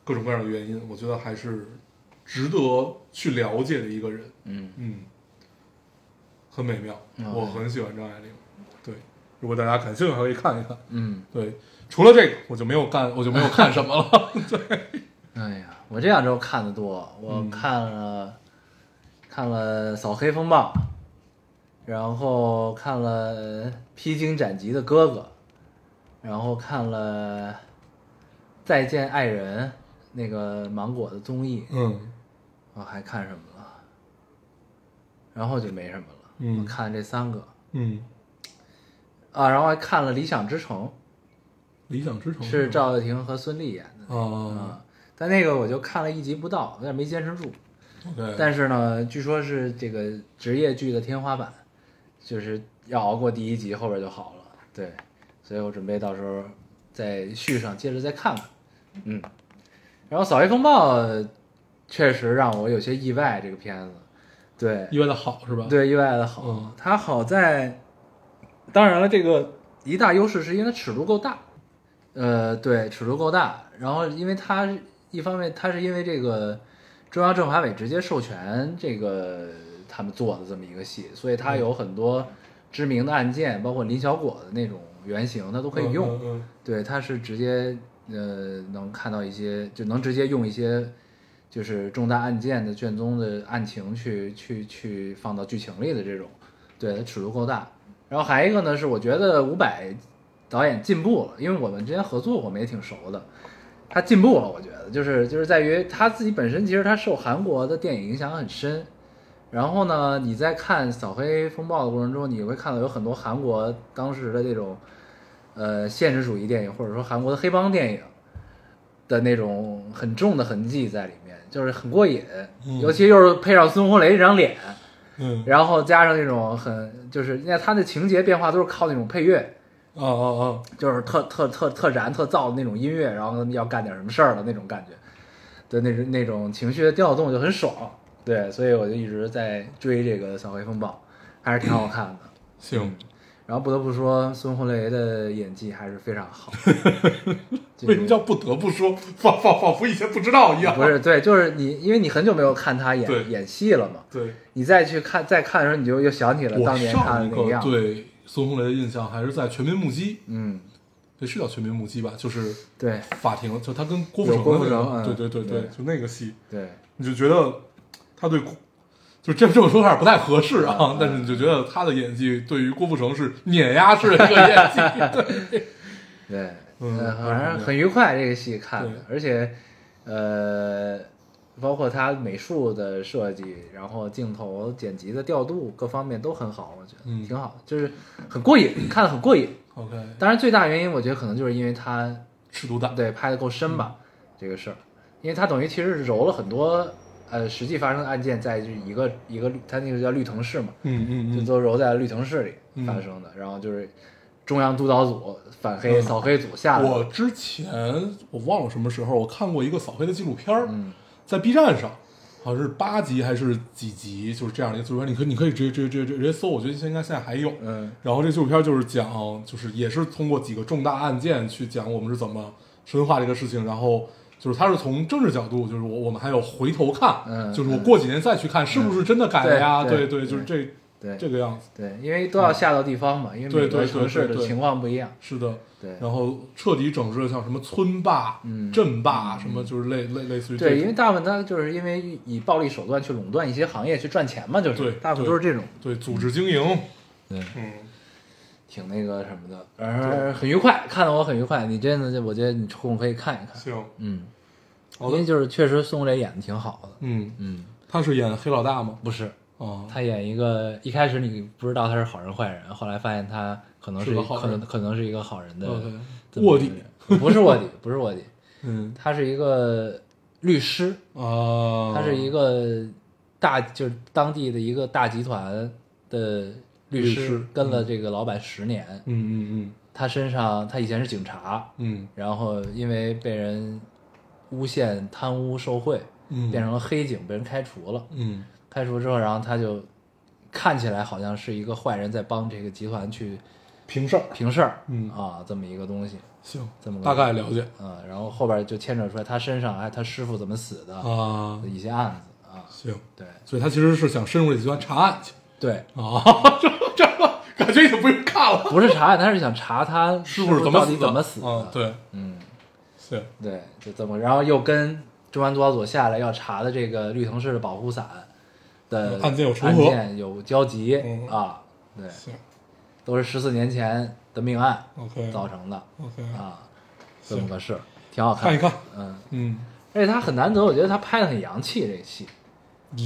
[SPEAKER 3] 各种各样的原因，我觉得还是值得去了解的一个人，
[SPEAKER 2] 嗯，
[SPEAKER 3] 嗯，啊很美妙，
[SPEAKER 2] 嗯
[SPEAKER 3] 我很喜欢张爱玲，对，如果大家感兴趣还可以看一看，
[SPEAKER 2] 嗯，
[SPEAKER 3] 对，除了这个我就没有干，我就没有看什么了，
[SPEAKER 2] 哎呀，我这两周看的多，我
[SPEAKER 3] 嗯
[SPEAKER 2] 看了、看了《扫黑风暴》，然后看了《披荆斩棘的哥哥》，然后看了《再见爱人》那个芒果的综艺，
[SPEAKER 3] 嗯
[SPEAKER 2] 我还看什么了？然后就没什么了。
[SPEAKER 3] 嗯
[SPEAKER 2] 我看这三个
[SPEAKER 3] 嗯，
[SPEAKER 2] 啊，然后还看了《理想之城
[SPEAKER 3] 理想之城》，
[SPEAKER 2] 是
[SPEAKER 3] 吧
[SPEAKER 2] 赵又廷和孙俪演的
[SPEAKER 3] 啊
[SPEAKER 2] 啊，但那个我就看了一集不到，有点没坚持住。
[SPEAKER 3] ，OK，
[SPEAKER 2] 但是呢，据说是这个职业剧的天花板，就是要熬过第一集，后边就好了。对，所以我准备到时候再续上，接着再看看。嗯，然后《扫黑风暴》确实让我有些意外，这个片子，对
[SPEAKER 3] 意外的好是吧？，
[SPEAKER 2] 对，意外的好。
[SPEAKER 3] 嗯
[SPEAKER 2] 哦它好在，当然了，这个一大优势是因为尺度够大，呃，对，尺度够大。然后，因为它一方面，它是因为这个中央政法委直接授权这个他们做的这么一个戏，所以它有很多知名的案件，包括林小果的那种原型，它都可以用。
[SPEAKER 3] 嗯嗯
[SPEAKER 2] 对，它是直接呃能看到一些，就能直接用一些就是重大案件的卷宗的案情去去去放到剧情里的这种，对，它尺度够大。然后还一个呢是，我觉得伍佰导演进步了，因为我们之前合作，我们也挺熟的。他进步了，我觉得就是就是在于他自己本身，其实他受韩国的电影影响很深。然后呢，你在看《扫黑风暴》的过程中，你会看到有很多韩国当时的这种呃现实主义电影，或者说韩国的黑帮电影，的那种很重的痕迹在里面，就是很过瘾。
[SPEAKER 3] 嗯
[SPEAKER 2] 尤其又是配上孙红雷这张脸，
[SPEAKER 3] 嗯，
[SPEAKER 2] 然后加上那种很就是，那他的情节变化都是靠那种配乐，
[SPEAKER 3] 啊啊啊，
[SPEAKER 2] 就是特特特特燃特燥的那种音乐，然后要干点什么事儿的那种感觉的那种那种情绪的调动就很爽。对，所以我就一直在追这个《扫黑风暴》，还是挺好看的。
[SPEAKER 3] 行，
[SPEAKER 2] 然后不得不说，孙红雷的演技还是非常 好。就是
[SPEAKER 3] 为什么叫不得不说？仿仿仿佛以前不知道一样。
[SPEAKER 2] 不是，对，就是你，因为你很久没有看他
[SPEAKER 3] 对
[SPEAKER 2] 演演戏了嘛，
[SPEAKER 3] 对，
[SPEAKER 2] 你再去看再看的时候，你就又想起了
[SPEAKER 3] 我
[SPEAKER 2] 当年看
[SPEAKER 3] 上
[SPEAKER 2] 的
[SPEAKER 3] 一
[SPEAKER 2] 那个
[SPEAKER 3] 个
[SPEAKER 2] 样。，
[SPEAKER 3] 对孙红雷的印象还是在《全民目击》，
[SPEAKER 2] 嗯，
[SPEAKER 3] 这是叫《全民目击》吧？就是
[SPEAKER 2] 对
[SPEAKER 3] 法庭，就他跟郭富城
[SPEAKER 2] 有郭富
[SPEAKER 3] 的那
[SPEAKER 2] 城
[SPEAKER 3] 个，
[SPEAKER 2] 嗯
[SPEAKER 3] 对对对
[SPEAKER 2] 对
[SPEAKER 3] 对，就那个戏，
[SPEAKER 2] 对，
[SPEAKER 3] 你就觉得他对郭，就这这么说有点不太合适啊
[SPEAKER 2] 嗯，
[SPEAKER 3] 但是你就觉得他的演技对于郭富城是碾压式的一个演技，
[SPEAKER 2] 对，
[SPEAKER 3] 嗯
[SPEAKER 2] 呃
[SPEAKER 3] 还
[SPEAKER 2] 反
[SPEAKER 3] 是
[SPEAKER 2] 正
[SPEAKER 3] 很
[SPEAKER 2] 很愉快这个戏看
[SPEAKER 3] 对
[SPEAKER 2] 的，而且，呃，包括它美术的设计，然后镜头、剪辑的调度各方面都很好，我觉得、
[SPEAKER 3] 嗯
[SPEAKER 2] 挺好，就是很过瘾，看的很过瘾。
[SPEAKER 3] OK，
[SPEAKER 2] 当然，最大原因我觉得可能就是因为它
[SPEAKER 3] 吃毒大，
[SPEAKER 2] 对拍的够深吧，
[SPEAKER 3] 嗯
[SPEAKER 2] 这个事儿，因为它等于其实是揉了很多呃实际发生的案件在这一个一个它那个叫绿藤市嘛，
[SPEAKER 3] 嗯嗯
[SPEAKER 2] 就
[SPEAKER 3] 嗯，
[SPEAKER 2] 都揉在绿藤市
[SPEAKER 3] 嗯
[SPEAKER 2] 里发生的，然后就是中央督导组反黑、
[SPEAKER 3] 嗯
[SPEAKER 2] 扫黑组下来的
[SPEAKER 3] 我之前我忘了什么时候我看过一个扫黑的纪录片儿，
[SPEAKER 2] 嗯
[SPEAKER 3] 在 B 站上，好像是八集还是几集，就是这样的一个纪录片。你可以你可以直接直接直接直接搜，我觉得现在现在还有。
[SPEAKER 2] 嗯
[SPEAKER 3] 然后这纪录片就是讲，就是也是通过几个重大案件去讲我们是怎么深化这个事情，然后。就是它是从政治角度，就是我我们还有回头看，
[SPEAKER 2] 嗯
[SPEAKER 3] 就是我过几年再去看，是不是真的改了呀？
[SPEAKER 2] 嗯
[SPEAKER 3] 对
[SPEAKER 2] 对
[SPEAKER 3] 对，
[SPEAKER 2] 对
[SPEAKER 3] 就是这
[SPEAKER 2] 对
[SPEAKER 3] 这个样子，
[SPEAKER 2] 对，因为都要下到地方嘛，因为
[SPEAKER 3] 对
[SPEAKER 2] 每
[SPEAKER 3] 对
[SPEAKER 2] 个
[SPEAKER 3] 对
[SPEAKER 2] 城市
[SPEAKER 3] 对
[SPEAKER 2] 的
[SPEAKER 3] 对嗯
[SPEAKER 2] 情况不一样。
[SPEAKER 3] 是的。
[SPEAKER 2] 对
[SPEAKER 3] 然后彻底整治了像什么村霸、
[SPEAKER 2] 嗯
[SPEAKER 3] 镇霸什么，就是类类类似于这
[SPEAKER 2] 对，因
[SPEAKER 3] 种
[SPEAKER 2] 为大部分它就是因为以暴力手段去垄断一些行业去赚钱嘛，就是
[SPEAKER 3] 对
[SPEAKER 2] 大部分都是这种，
[SPEAKER 3] 对组织经营，
[SPEAKER 2] 对，
[SPEAKER 3] 嗯，
[SPEAKER 2] 挺那个什么的，而很愉快，看得我很愉快。你真的，我觉得你抽空可以看一看，
[SPEAKER 3] 行，
[SPEAKER 2] 嗯，
[SPEAKER 3] 好
[SPEAKER 2] 因
[SPEAKER 3] 的
[SPEAKER 2] 为就是确实孙红雷演的挺好的，
[SPEAKER 3] 嗯，
[SPEAKER 2] 嗯，
[SPEAKER 3] 他是演黑老大吗？
[SPEAKER 2] 不是，
[SPEAKER 3] 啊，
[SPEAKER 2] 他演一个一开始你不知道他是好人坏人，后来发现他可能
[SPEAKER 3] 是
[SPEAKER 2] 是
[SPEAKER 3] 个好人
[SPEAKER 2] 可能可能是一个好人的
[SPEAKER 3] OK
[SPEAKER 2] 这么
[SPEAKER 3] 卧
[SPEAKER 2] 一
[SPEAKER 3] 底
[SPEAKER 2] 个人， 不是卧底，不是卧底，
[SPEAKER 3] 嗯
[SPEAKER 2] 他是一个律师，
[SPEAKER 3] 啊，
[SPEAKER 2] 他是一个大就是当地的一个大集团的律
[SPEAKER 3] 律师
[SPEAKER 2] 师，跟了这个老板十年。
[SPEAKER 3] 嗯嗯
[SPEAKER 2] 他身上他以前是警察，
[SPEAKER 3] 嗯
[SPEAKER 2] 然后因为被人诬陷贪污受贿，
[SPEAKER 3] 嗯
[SPEAKER 2] 变成了黑警，被人开除了。
[SPEAKER 3] 嗯
[SPEAKER 2] 开除之后，然后他就看起来好像是一个坏人，在帮这个集团去
[SPEAKER 3] 嗯，平事儿，
[SPEAKER 2] 平事儿，
[SPEAKER 3] 嗯
[SPEAKER 2] 啊，这么一个东西。
[SPEAKER 3] 行
[SPEAKER 2] 这么，个
[SPEAKER 3] 大概了解
[SPEAKER 2] 啊，然后后边就牵扯出来他身上哎，他师傅怎么死的、
[SPEAKER 3] 啊，
[SPEAKER 2] 一些案子啊，
[SPEAKER 3] 行，
[SPEAKER 2] 对
[SPEAKER 3] 所以他其实是想深入这集团查案去
[SPEAKER 2] 对，
[SPEAKER 3] 啊，这这感觉已经不用看了，
[SPEAKER 2] 不是查案，他是想查他
[SPEAKER 3] 师
[SPEAKER 2] 傅
[SPEAKER 3] 是怎
[SPEAKER 2] 到
[SPEAKER 3] 么
[SPEAKER 2] 底
[SPEAKER 3] 死
[SPEAKER 2] 怎么死的。
[SPEAKER 3] 啊？对，
[SPEAKER 2] 嗯，
[SPEAKER 3] 行，
[SPEAKER 2] 对，就这么，然后又跟中央督导组下来要查的这个绿藤市的保护伞的
[SPEAKER 3] 案件有重
[SPEAKER 2] 呃案
[SPEAKER 3] 嗯合
[SPEAKER 2] 件有交集
[SPEAKER 3] 嗯
[SPEAKER 2] 啊，对，
[SPEAKER 3] 行
[SPEAKER 2] 都是十四年前的命案
[SPEAKER 3] ，OK
[SPEAKER 2] 造成的
[SPEAKER 3] OK，
[SPEAKER 2] 啊，这么个事儿，挺好
[SPEAKER 3] 看
[SPEAKER 2] 的
[SPEAKER 3] 一看，
[SPEAKER 2] 嗯，
[SPEAKER 3] 嗯，
[SPEAKER 2] 而且他很难得，我觉得他拍的很洋气，这个戏，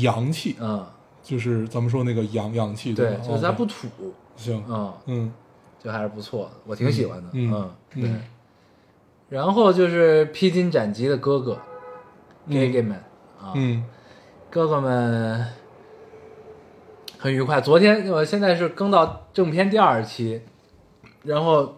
[SPEAKER 3] 洋气
[SPEAKER 2] 嗯，
[SPEAKER 3] 就是咱们说那个洋洋气，
[SPEAKER 2] 对，
[SPEAKER 3] 吧
[SPEAKER 2] 就是他
[SPEAKER 3] 嗯哦 OK，
[SPEAKER 2] 不土，
[SPEAKER 3] 行，
[SPEAKER 2] 嗯，
[SPEAKER 3] 嗯
[SPEAKER 2] 就还是不错的，我挺喜欢的，
[SPEAKER 3] 嗯
[SPEAKER 2] 嗯，
[SPEAKER 3] 嗯
[SPEAKER 2] 对。然后就是披荆斩棘的哥哥，gay gay 们啊，
[SPEAKER 3] 嗯
[SPEAKER 2] 哥哥们很愉快。昨天我现在是更到正片第二期，然后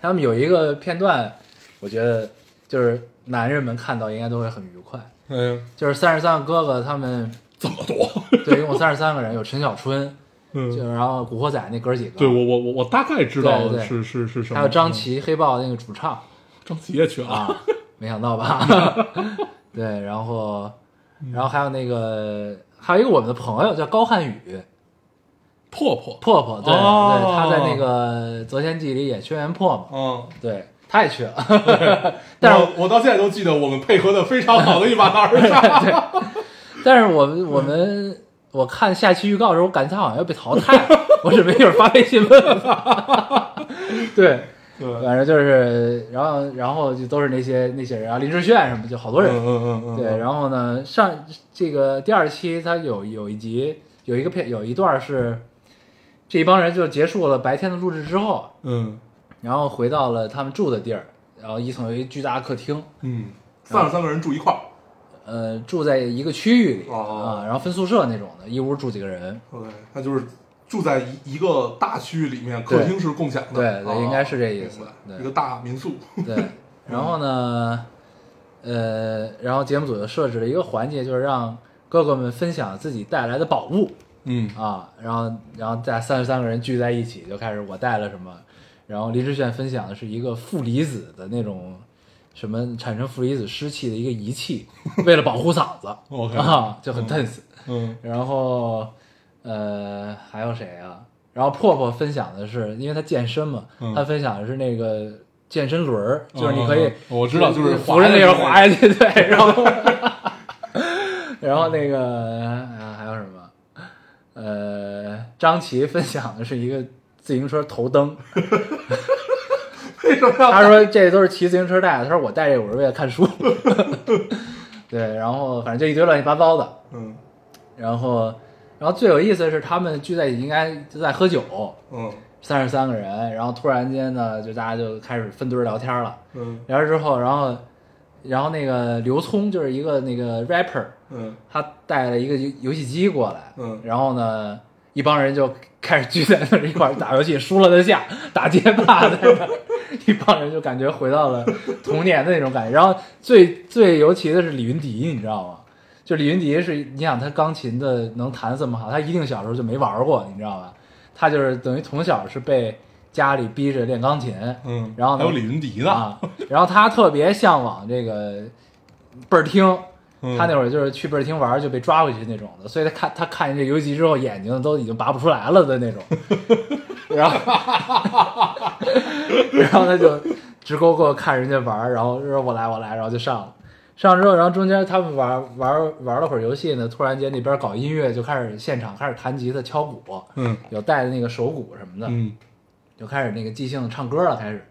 [SPEAKER 2] 他们有一个片段，我觉得就是男人们看到应该都会很愉快，
[SPEAKER 3] 哎呀，
[SPEAKER 2] 就是三十三个哥哥他们
[SPEAKER 3] 怎么躲？
[SPEAKER 2] 对，一共三十三个人，有陈小春，
[SPEAKER 3] 嗯，
[SPEAKER 2] 就然后古惑仔那哥几个，
[SPEAKER 3] 对我我我我大概知道
[SPEAKER 2] 对对
[SPEAKER 3] 是是是什么，
[SPEAKER 2] 还有张
[SPEAKER 3] 琪，
[SPEAKER 2] 琪、黑豹那个主唱
[SPEAKER 3] 张琪也去了，
[SPEAKER 2] 啊，没想到吧？ 对，然后
[SPEAKER 3] 嗯
[SPEAKER 2] 然后还有那个还有一个我们的朋友叫高瀚宇，
[SPEAKER 3] 破破，
[SPEAKER 2] 破破，对、
[SPEAKER 3] 哦
[SPEAKER 2] 对，他在那个《择天记》里演轩辕破嘛，
[SPEAKER 3] 嗯，
[SPEAKER 2] 对，他也去 了，但是
[SPEAKER 3] 我我到现在都记得我们配合的非常好的一 把大二杀，
[SPEAKER 2] 但是我们我们、我看下期预告的时候，我感觉他好像要被淘汰了，我准备一会儿发微信问问他， 对，
[SPEAKER 3] 对，
[SPEAKER 2] 反正就是，然后然后就都是那些那些人，然后啊林志炫什么，就好多
[SPEAKER 3] 嗯
[SPEAKER 2] 人，
[SPEAKER 3] 嗯嗯嗯，
[SPEAKER 2] 对，
[SPEAKER 3] 后
[SPEAKER 2] 然后呢，上这个第二期它有有一集有一个片有一段是这一帮人就结束了白天的录制之后，
[SPEAKER 3] 嗯
[SPEAKER 2] 然后回到了他们住的地儿，然后一层有一巨大的客厅，
[SPEAKER 3] 嗯，三十三个人住一块儿
[SPEAKER 2] 呃，住在一个区域里啊、
[SPEAKER 3] 哦
[SPEAKER 2] 然后分宿舍那种的，一屋住几个人，
[SPEAKER 3] ，OK，那就是住在一一个大区域里面，
[SPEAKER 2] 对
[SPEAKER 3] 客厅是共享的，
[SPEAKER 2] 对对
[SPEAKER 3] 哦
[SPEAKER 2] 应该是这意思
[SPEAKER 3] 明白
[SPEAKER 2] 对
[SPEAKER 3] 一个大民宿，
[SPEAKER 2] 对，然后呢，呃，然后节目组就设置了一个环节，就是让哥哥们分享自己带来的宝物
[SPEAKER 3] 嗯
[SPEAKER 2] 啊，然后然后在三十三个人聚在一起，就开始我带了什么，然后林志炫分享的是一个负离子的那种。什么产生负离子湿气的一个仪器，为了保护嗓子
[SPEAKER 3] OK
[SPEAKER 2] 啊，就很 tense、
[SPEAKER 3] 嗯
[SPEAKER 2] 然后，呃，还有谁啊？然后破破分享的是，因为他健身嘛，
[SPEAKER 3] 嗯
[SPEAKER 2] 他分享的是那个健身轮儿，
[SPEAKER 3] 嗯
[SPEAKER 2] 就是你可以，
[SPEAKER 3] 嗯嗯我知道就是
[SPEAKER 2] 扶着
[SPEAKER 3] 滑下
[SPEAKER 2] 那个
[SPEAKER 3] 去那个
[SPEAKER 2] 滑下去，对，然后，然后那个啊还有什么？呃，张琪分享的是一个自行车头灯，
[SPEAKER 3] 为什么要
[SPEAKER 2] 他说这都是骑自行车带的，他说我带这个我是为了看书， 对，然后反正就一堆乱七八糟的，
[SPEAKER 3] 嗯
[SPEAKER 2] 然后，然后最有意思的是，他们聚在一起应该就在喝酒，
[SPEAKER 3] 嗯
[SPEAKER 2] 三十三个人，然后突然间呢，就大家就开始分堆儿聊天了。
[SPEAKER 3] 嗯
[SPEAKER 2] 聊了之后，然后，然后那个刘聪就是一个那个 rapper，
[SPEAKER 3] 嗯
[SPEAKER 2] 他带了一个游游戏机过来，
[SPEAKER 3] 嗯
[SPEAKER 2] 然后呢，一帮人就开始聚在那儿一块儿打游戏，输了的下，打街霸在那儿，一帮人就感觉回到了童年的那种感觉。然后最最尤其的是李云迪，你知道吗？就李云迪是，你想他钢琴的能弹这么好，他一定小时候就没玩过，你知道吧？他就是等于从小是被家里逼着练钢琴，
[SPEAKER 3] 嗯，
[SPEAKER 2] 然后呢
[SPEAKER 3] 还有李云迪呢，
[SPEAKER 2] 啊，然后他特别向往这个倍儿厅，
[SPEAKER 3] 嗯
[SPEAKER 2] 他那会儿就是去倍儿厅玩儿就被抓回去那种的，所以他看他看见这游戏机之后，眼睛都已经拔不出来了的那 种，然后然后他就直勾勾看人家玩儿，然后说我来我来，然后就上了。上了之后，然后中间他们玩玩玩了会儿游戏呢，突然间那边搞音乐就开始现场开始弹吉他、敲鼓，
[SPEAKER 3] 嗯
[SPEAKER 2] 有带的那个手鼓什么的，
[SPEAKER 3] 嗯
[SPEAKER 2] 就开始那个即兴唱歌了，开始。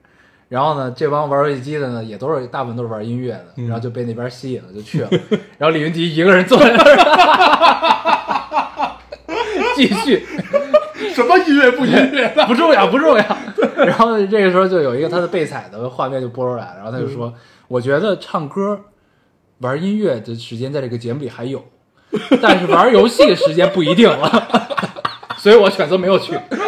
[SPEAKER 2] 然后呢，这帮玩游戏机的呢，也都是大部分都是玩音乐的，
[SPEAKER 3] 嗯
[SPEAKER 2] 然后就被那边吸引了，就去了。然后李云迪一个人坐在那儿， 继续
[SPEAKER 3] 嗯什么音乐不音乐？
[SPEAKER 2] 不重要，不重要。然后这个时候就有一个他的被采的画面就播出来了，然后他就说：“我觉得唱歌、玩音乐的时间在这个节目里还有，但是玩游戏的时间不一定了， 所以我选择没有去。”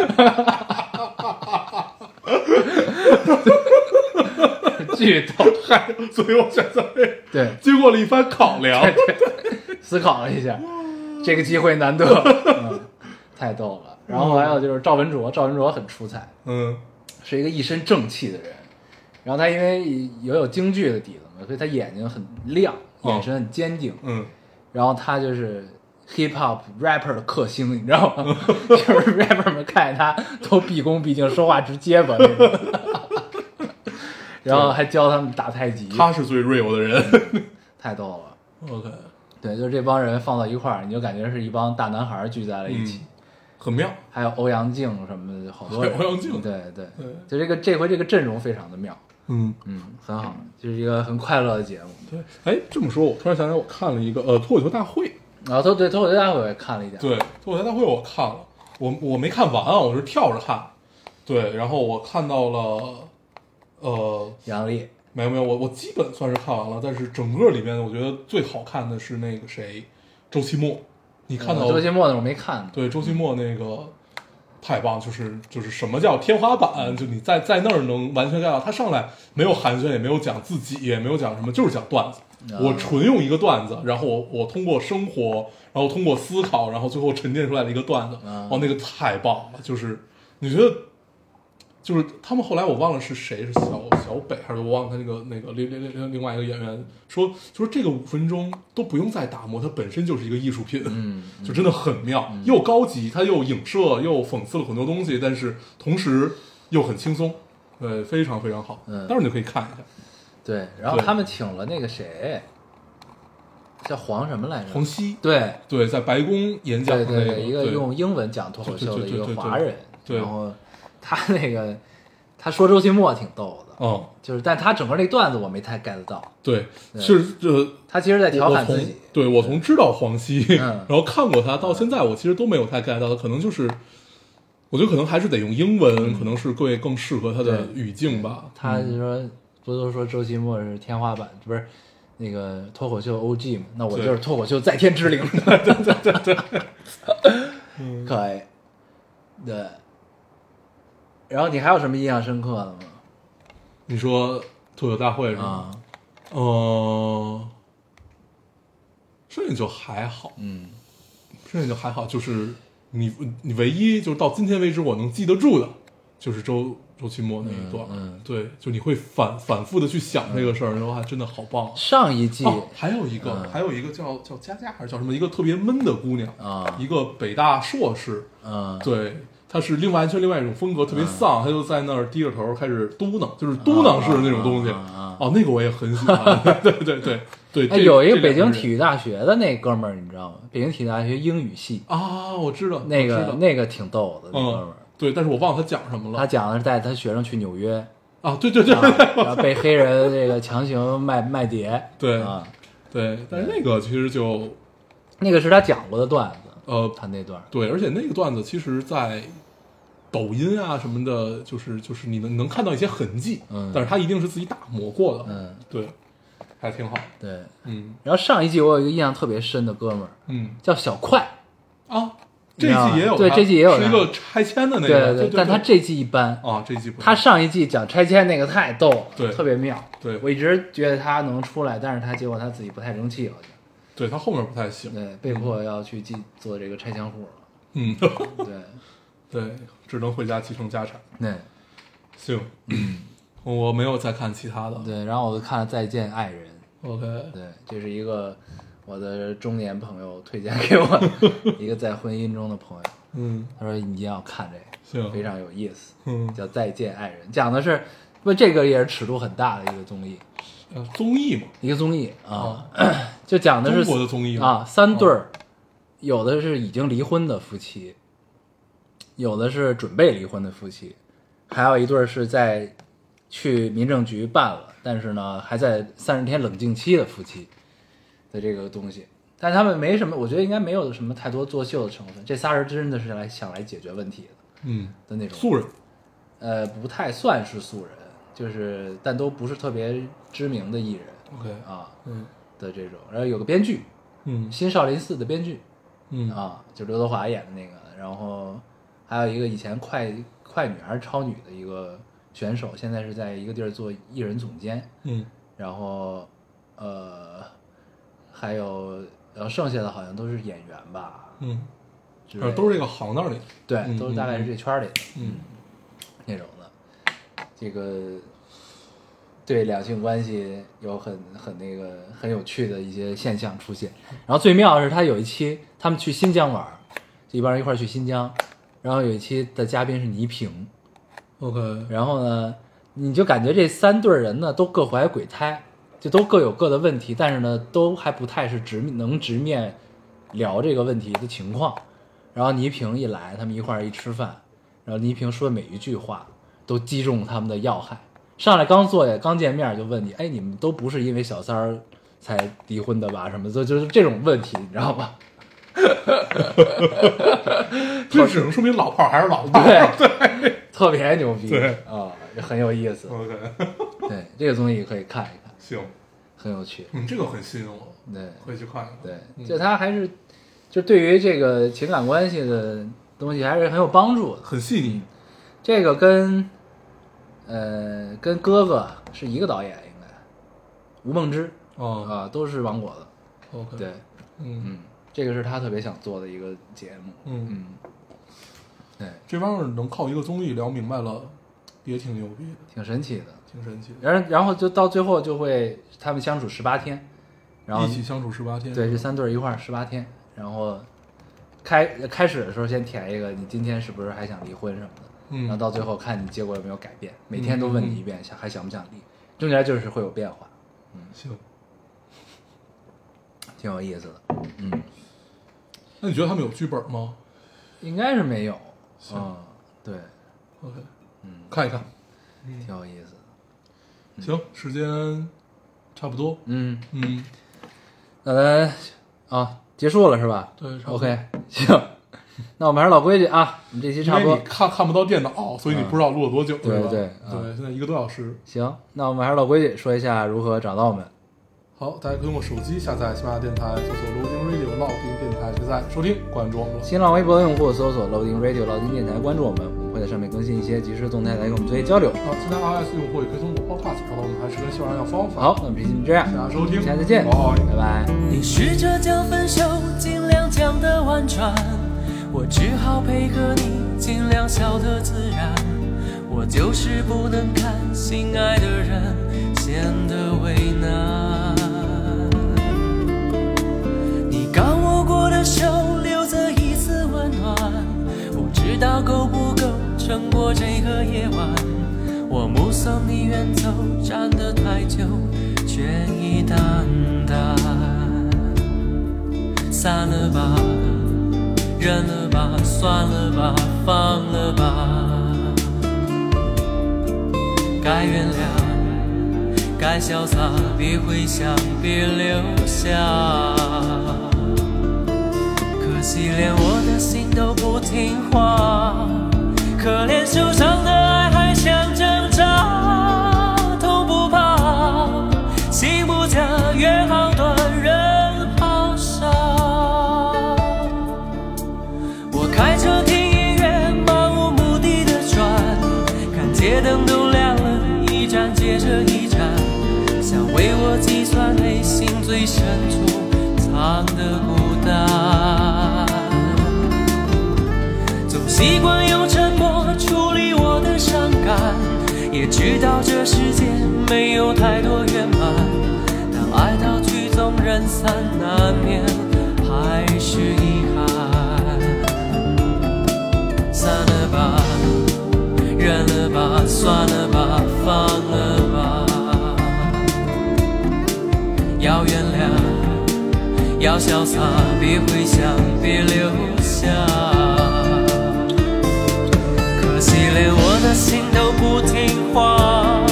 [SPEAKER 2] 巨逗，
[SPEAKER 3] 嗨， 所以我选择这
[SPEAKER 2] 对，
[SPEAKER 3] 经过了一番考量，
[SPEAKER 2] 思考了一下，这个机会难得，嗯，太逗了。然后还有就是赵文卓，赵文卓很出彩，
[SPEAKER 3] 嗯
[SPEAKER 2] 是一个一身正气的人。然后他因为也有京剧的底子嘛，所以他眼睛很亮，
[SPEAKER 3] 哦
[SPEAKER 2] 眼神很坚定。
[SPEAKER 3] 嗯
[SPEAKER 2] 然后他就是 hip hop rapper 的克星，你知道吗？ 就是 rapper 们看见他都毕恭毕敬，说话直结巴那种。然后还教他们打太极，
[SPEAKER 3] 他是最 real 的人。
[SPEAKER 2] 太逗了。
[SPEAKER 3] OK，
[SPEAKER 2] 对，就是这帮人放到一块儿，你就感觉是一帮大男孩儿聚在了一起。
[SPEAKER 3] 很妙。
[SPEAKER 2] 还有欧阳靖什么的，好多人。
[SPEAKER 3] 嗯 欧阳靖
[SPEAKER 2] 对对
[SPEAKER 3] 对，
[SPEAKER 2] 就这个这回这个阵容非常的妙，
[SPEAKER 3] 嗯，
[SPEAKER 2] 嗯，很好，就是一个很快乐的节目。
[SPEAKER 3] 对。哎，这么说，我突然想起来，我看了一个呃脱口秀大会。
[SPEAKER 2] 然后脱对脱口秀大会我也看了一点，
[SPEAKER 3] 对，脱口秀大会我看了，我我没看完啊，我是跳着看。对，然后我看到了，呃，
[SPEAKER 2] 杨笠
[SPEAKER 3] 没有没有，我我基本算是看完了，但是整个里面我觉得最好看的是那个谁，周奇墨。你看到
[SPEAKER 2] 呃周杰墨的我没看，
[SPEAKER 3] 对周奇墨那个太棒，就是就是什么叫天花板，就你在在那儿能完全 get 到。他上来没有寒暄，也没有讲自己，也没有讲什么，就是讲段子。
[SPEAKER 2] 啊
[SPEAKER 3] 我纯用一个段子，然后我我通过生活，然后通过思考，然后最后沉淀出来的一个段子，
[SPEAKER 2] 啊
[SPEAKER 3] 哇，那个太棒了！就是你觉得，就是他们后来我忘了是谁，是小小北还是我忘了他那个那个另另另另外一个演员说，就是这个五分钟都不用再打磨，它本身就是一个艺术品，
[SPEAKER 2] 嗯，
[SPEAKER 3] 就真的很妙，又高级，它又影射又讽刺了很多东西，但是同时又很轻松，呃，非常非常好，
[SPEAKER 2] 嗯
[SPEAKER 3] 待会儿你就可以看一下。
[SPEAKER 2] 对，然后
[SPEAKER 3] 对
[SPEAKER 2] 他们请了那个谁，叫黄什么来着？
[SPEAKER 3] 黄西
[SPEAKER 2] 对
[SPEAKER 3] 对，在白宫演讲
[SPEAKER 2] 对
[SPEAKER 3] 的
[SPEAKER 2] 对
[SPEAKER 3] 那
[SPEAKER 2] 对，一
[SPEAKER 3] 个
[SPEAKER 2] 个
[SPEAKER 3] 对
[SPEAKER 2] 用英文讲脱口秀的
[SPEAKER 3] 对对
[SPEAKER 2] 一
[SPEAKER 3] 对
[SPEAKER 2] 个
[SPEAKER 3] 对对
[SPEAKER 2] 华人，
[SPEAKER 3] 对
[SPEAKER 2] 然后他那个他说周杰墨挺逗的，
[SPEAKER 3] 嗯，
[SPEAKER 2] 就是但他整个那段子我没太 get 到，
[SPEAKER 3] 对，
[SPEAKER 2] 对
[SPEAKER 3] 是呃，
[SPEAKER 2] 他其实在调
[SPEAKER 3] 我
[SPEAKER 2] 侃
[SPEAKER 3] 从
[SPEAKER 2] 自己，
[SPEAKER 3] 对我从知道黄西，
[SPEAKER 2] 嗯
[SPEAKER 3] 然后看过他到现在，我其实都没有太 get 到他，可能就是，
[SPEAKER 2] 嗯
[SPEAKER 3] 我觉得可能还是得用英文，可能是会更适合他的语境吧。
[SPEAKER 2] 他就说不都说周奇墨是天花板，不是那个脱口秀 OG 嘛？那我
[SPEAKER 3] 对
[SPEAKER 2] 就是脱口秀在天之灵。 对对对对，可以。对。然后你还有什么印象深刻的吗？
[SPEAKER 3] 你说脱口大会是吗？
[SPEAKER 2] 啊，
[SPEAKER 3] 呃，剩下就还好，
[SPEAKER 2] 嗯，
[SPEAKER 3] 剩下就还好，就是你你唯一就是到今天为止我能记得住的，就是周周奇墨那一段，
[SPEAKER 2] 嗯嗯
[SPEAKER 3] 对，就你会反反复的去想这个事儿，然后还真的好棒。啊
[SPEAKER 2] 上一季
[SPEAKER 3] 哦，还有一个，
[SPEAKER 2] 嗯
[SPEAKER 3] 还有一个叫叫佳佳还是叫什么？一个特别闷的姑娘，
[SPEAKER 2] 啊
[SPEAKER 3] 一个北大硕士，
[SPEAKER 2] 嗯，
[SPEAKER 3] 对，她是另外完全另外一种风格，特别
[SPEAKER 2] 啊
[SPEAKER 3] 丧，她就在那儿低着头开始嘟囔，就是嘟囔式的那种东西。
[SPEAKER 2] 啊啊啊
[SPEAKER 3] 哦，那个我也很喜欢， 对对对对。
[SPEAKER 2] 哎，
[SPEAKER 3] 这
[SPEAKER 2] 有一
[SPEAKER 3] 这
[SPEAKER 2] 个
[SPEAKER 3] 两个
[SPEAKER 2] 北京
[SPEAKER 3] 人
[SPEAKER 2] 体育大学的那哥们儿，你知道吗？北京体育大学英语系
[SPEAKER 3] 啊，我知道
[SPEAKER 2] 那
[SPEAKER 3] 我知
[SPEAKER 2] 个
[SPEAKER 3] 道
[SPEAKER 2] 那个挺逗的，那哥们
[SPEAKER 3] 嗯
[SPEAKER 2] 儿，，
[SPEAKER 3] 对，但是我忘了他讲什么
[SPEAKER 2] 他
[SPEAKER 3] 了
[SPEAKER 2] 讲的是带他学生去纽 约，
[SPEAKER 3] 啊，对对对
[SPEAKER 2] 啊然后被黑人这个强行卖卖碟，
[SPEAKER 3] 对
[SPEAKER 2] 啊，
[SPEAKER 3] 对，但是那个其实就
[SPEAKER 2] 那个是他讲过的段子，
[SPEAKER 3] 呃
[SPEAKER 2] 他那段儿
[SPEAKER 3] 对，而且那个段子其实，在抖音啊什么的，就是就是你能能看到一些痕迹，
[SPEAKER 2] 嗯
[SPEAKER 3] 但是他一定是自己打磨过的，
[SPEAKER 2] 嗯，
[SPEAKER 3] 对，还挺好，
[SPEAKER 2] 对。
[SPEAKER 3] 嗯
[SPEAKER 2] 然后上一季我有一个印象特别深的哥们儿
[SPEAKER 3] 嗯
[SPEAKER 2] 叫小快，
[SPEAKER 3] 啊，
[SPEAKER 2] 你
[SPEAKER 3] 这
[SPEAKER 2] 知道
[SPEAKER 3] 季也有
[SPEAKER 2] 吗
[SPEAKER 3] 他，
[SPEAKER 2] 对这季也有
[SPEAKER 3] 是
[SPEAKER 2] 他
[SPEAKER 3] 一个拆迁的那
[SPEAKER 2] 对
[SPEAKER 3] 个，对
[SPEAKER 2] 但他这季一般，
[SPEAKER 3] 啊这季不
[SPEAKER 2] 他上一季讲拆迁那个太逗了，
[SPEAKER 3] 对
[SPEAKER 2] 特别妙。
[SPEAKER 3] 对
[SPEAKER 2] 我一直觉得他能出来，但是他结果他自己不太争气，好像
[SPEAKER 3] 对他后面不太行，
[SPEAKER 2] 对被迫要去进做这个拆迁户了。
[SPEAKER 3] 嗯，
[SPEAKER 2] 对，
[SPEAKER 3] 对，只能回家继承家产，
[SPEAKER 2] 那
[SPEAKER 3] 行，
[SPEAKER 2] 嗯
[SPEAKER 3] 我没有再看其他的
[SPEAKER 2] 对，然后我就看了《再见爱人
[SPEAKER 3] ，OK，》，
[SPEAKER 2] 对，这是一个我的中年朋友推荐给我 的一个在婚姻中的朋友，
[SPEAKER 3] 嗯，
[SPEAKER 2] 他说你一定要看这个，
[SPEAKER 3] 行
[SPEAKER 2] 非常有意思，
[SPEAKER 3] 嗯
[SPEAKER 2] 叫《再见爱人》，讲的是不这个也是尺度很大的一个综艺，
[SPEAKER 3] 呃综艺嘛，
[SPEAKER 2] 一个综艺啊
[SPEAKER 3] 啊，
[SPEAKER 2] 就讲的是
[SPEAKER 3] 中国的综艺哦
[SPEAKER 2] 啊，
[SPEAKER 3] 嘛
[SPEAKER 2] 三对儿，有的是已经离婚的夫妻，有的是准备离婚的夫妻，还有一对儿是在去民政局办了，但是呢还在三十天冷静期的夫妻的这个东西。但他们没什么，我觉得应该没有什么太多作秀的成分。这仨人真的是来想来解决问题的
[SPEAKER 3] 嗯，
[SPEAKER 2] 的那种
[SPEAKER 3] 素人，
[SPEAKER 2] 呃，不太算是素人，就是但都不是特别知名的艺人
[SPEAKER 3] OK
[SPEAKER 2] 啊
[SPEAKER 3] 嗯
[SPEAKER 2] 的这种。然后有个编剧，
[SPEAKER 3] 嗯
[SPEAKER 2] 新少林寺的编剧
[SPEAKER 3] 嗯
[SPEAKER 2] 啊，就刘德华演的那个，然后还有一个以前快快女还是超女的一个选手，现在是在一个地儿做艺人总监，
[SPEAKER 3] 嗯
[SPEAKER 2] 然后呃，还有然后剩下的好像都是演员吧，
[SPEAKER 3] 嗯，
[SPEAKER 2] 之
[SPEAKER 3] 反
[SPEAKER 2] 类
[SPEAKER 3] 正都是
[SPEAKER 2] 的
[SPEAKER 3] 这个行当里的，
[SPEAKER 2] 对，
[SPEAKER 3] 嗯
[SPEAKER 2] 都是大概是这圈儿里的
[SPEAKER 3] 嗯
[SPEAKER 2] 那种的，这个对两性关系有很很那个很有趣的一些现象出现。然后最妙的是，他有一期他们去新疆玩儿，就一帮人一块儿去新疆，然后有一期的嘉宾是倪萍，
[SPEAKER 3] ，OK，
[SPEAKER 2] 然后呢，你就感觉这三对儿人呢都各怀鬼胎，就都各有各的问题，但是呢都还不太是直能直面聊这个问题的情况。然后倪萍一来，他们一块儿一吃饭，然后倪萍说的每一句话都击中他们的要害。上来刚坐下，刚见面就问你，哎，你们都不是因为小三儿才离婚的吧？什么的，就就是这种问题，你知道吗？
[SPEAKER 3] 这只能说明老炮儿还是 老炮儿。
[SPEAKER 2] 对对，特别牛逼
[SPEAKER 3] 对
[SPEAKER 2] 啊，很有意思。
[SPEAKER 3] OK，
[SPEAKER 2] 对，这个综艺可以看一看，
[SPEAKER 3] 行，
[SPEAKER 2] 很有趣。
[SPEAKER 3] 嗯，这个很吸引我，
[SPEAKER 2] 对，
[SPEAKER 3] 回去看一看。
[SPEAKER 2] 对，就他还是就对于这个情感关系的东西还是很有帮助的。
[SPEAKER 3] 很细腻，
[SPEAKER 2] 这个跟呃跟哥哥是一个导演，应该吴梦之
[SPEAKER 3] 哦
[SPEAKER 2] 啊、都是王果的。
[SPEAKER 3] ，OK，
[SPEAKER 2] 对，
[SPEAKER 3] 嗯
[SPEAKER 2] 嗯，这个是他特别想做的一个节目。
[SPEAKER 3] 嗯，
[SPEAKER 2] 嗯，对，
[SPEAKER 3] 这玩意儿能靠一个综艺聊明白了，也挺牛逼的，
[SPEAKER 2] 挺神奇的。
[SPEAKER 3] 挺神奇的。
[SPEAKER 2] 然然后就到最后就会他们相处十八天，然后
[SPEAKER 3] 一起相处十八天，
[SPEAKER 2] 对，这三对儿一块儿十八天，然后开开始的时候先填一个，你今天是不是还想离婚什么的，
[SPEAKER 3] 嗯
[SPEAKER 2] 然后到最后看你结果有没有改变，每天都问你一遍，想还想不想离，中间就是会有变化，
[SPEAKER 3] 行。
[SPEAKER 2] 挺有意思的，嗯，
[SPEAKER 3] 那你觉得他们有剧本吗
[SPEAKER 2] 应该是没有，
[SPEAKER 3] 行
[SPEAKER 2] 嗯，对，
[SPEAKER 3] ？OK，
[SPEAKER 2] 嗯，
[SPEAKER 3] 看一看。嗯
[SPEAKER 2] 挺有意思的，
[SPEAKER 3] 行，时间差不多。
[SPEAKER 2] 嗯，
[SPEAKER 3] 嗯，
[SPEAKER 2] 那咱啊结束了是吧？
[SPEAKER 3] 对差不多
[SPEAKER 2] ，OK，行，那我们还是老规矩啊，我们这期
[SPEAKER 3] 因
[SPEAKER 2] 差
[SPEAKER 3] 为
[SPEAKER 2] 不多嗯
[SPEAKER 3] 你。看看不到电脑，所以你不知道录了多久，
[SPEAKER 2] 对
[SPEAKER 3] 吧？
[SPEAKER 2] 对
[SPEAKER 3] 对
[SPEAKER 2] 嗯，
[SPEAKER 3] 现在一个多小时。
[SPEAKER 2] 行，那我们还是老规矩，说一下如何找到我们。
[SPEAKER 3] 好，大家可以通过手机下载喜马拉雅电台，搜索 Loading Radio 老丁电台，就在收听关注我们了。
[SPEAKER 2] 新浪微博用户搜索 Loading Radio 老金电台，关注我们，我们会在上面更新一些即时动态来跟我们做一些交流。
[SPEAKER 3] 啊，现在 iOS 用户也可以通过 Podcast 找到我们，还是跟喜马拉雅方法。
[SPEAKER 2] 好，那我们这期就这样，
[SPEAKER 3] 大家收听，
[SPEAKER 2] 下次见，
[SPEAKER 3] 拜拜
[SPEAKER 2] 拜拜。
[SPEAKER 4] 你试着将分手尽量讲得婉转，我只好配合你尽量笑得自然。我就是不能看心爱的人显得为难。你刚握过的手留着一丝温暖，不知道够不够撑过这个夜晚。我目送你远走，站得太久，却已淡淡。散了吧，忍了吧，算了吧，放了吧。该原谅，该潇洒，别回想，别留下。可惜连我的心都不听话，可怜受伤的爱还想挣扎，痛不怕，心不假，约好断，人好傻。我开车听音乐，漫无目的的转，看街灯都亮了，一盏接着一盏，想为我计算内心最深处藏的孤单。总习惯用沉默处理我的伤感，也知道这世界没有太多圆满。当爱到曲终人散，难免还是遗憾。散了吧，忍了吧，算了吧，放了吧。要原谅，要潇洒，别回想，别留下。可惜连我的心都不听话，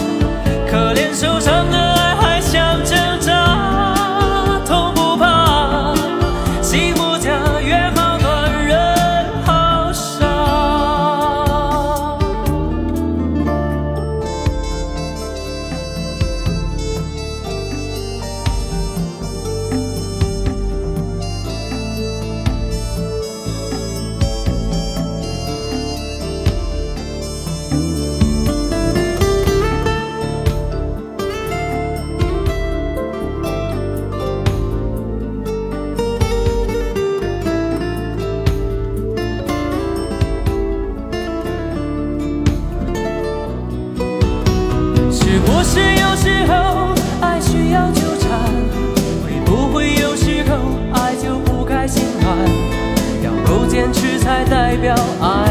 [SPEAKER 4] 可怜受伤的爱还想挣扎，痛不怕，心不假，约好断，人好傻。是不是有时候爱需要纠缠？会不会有时候爱就不该心软？要够坚持才代表爱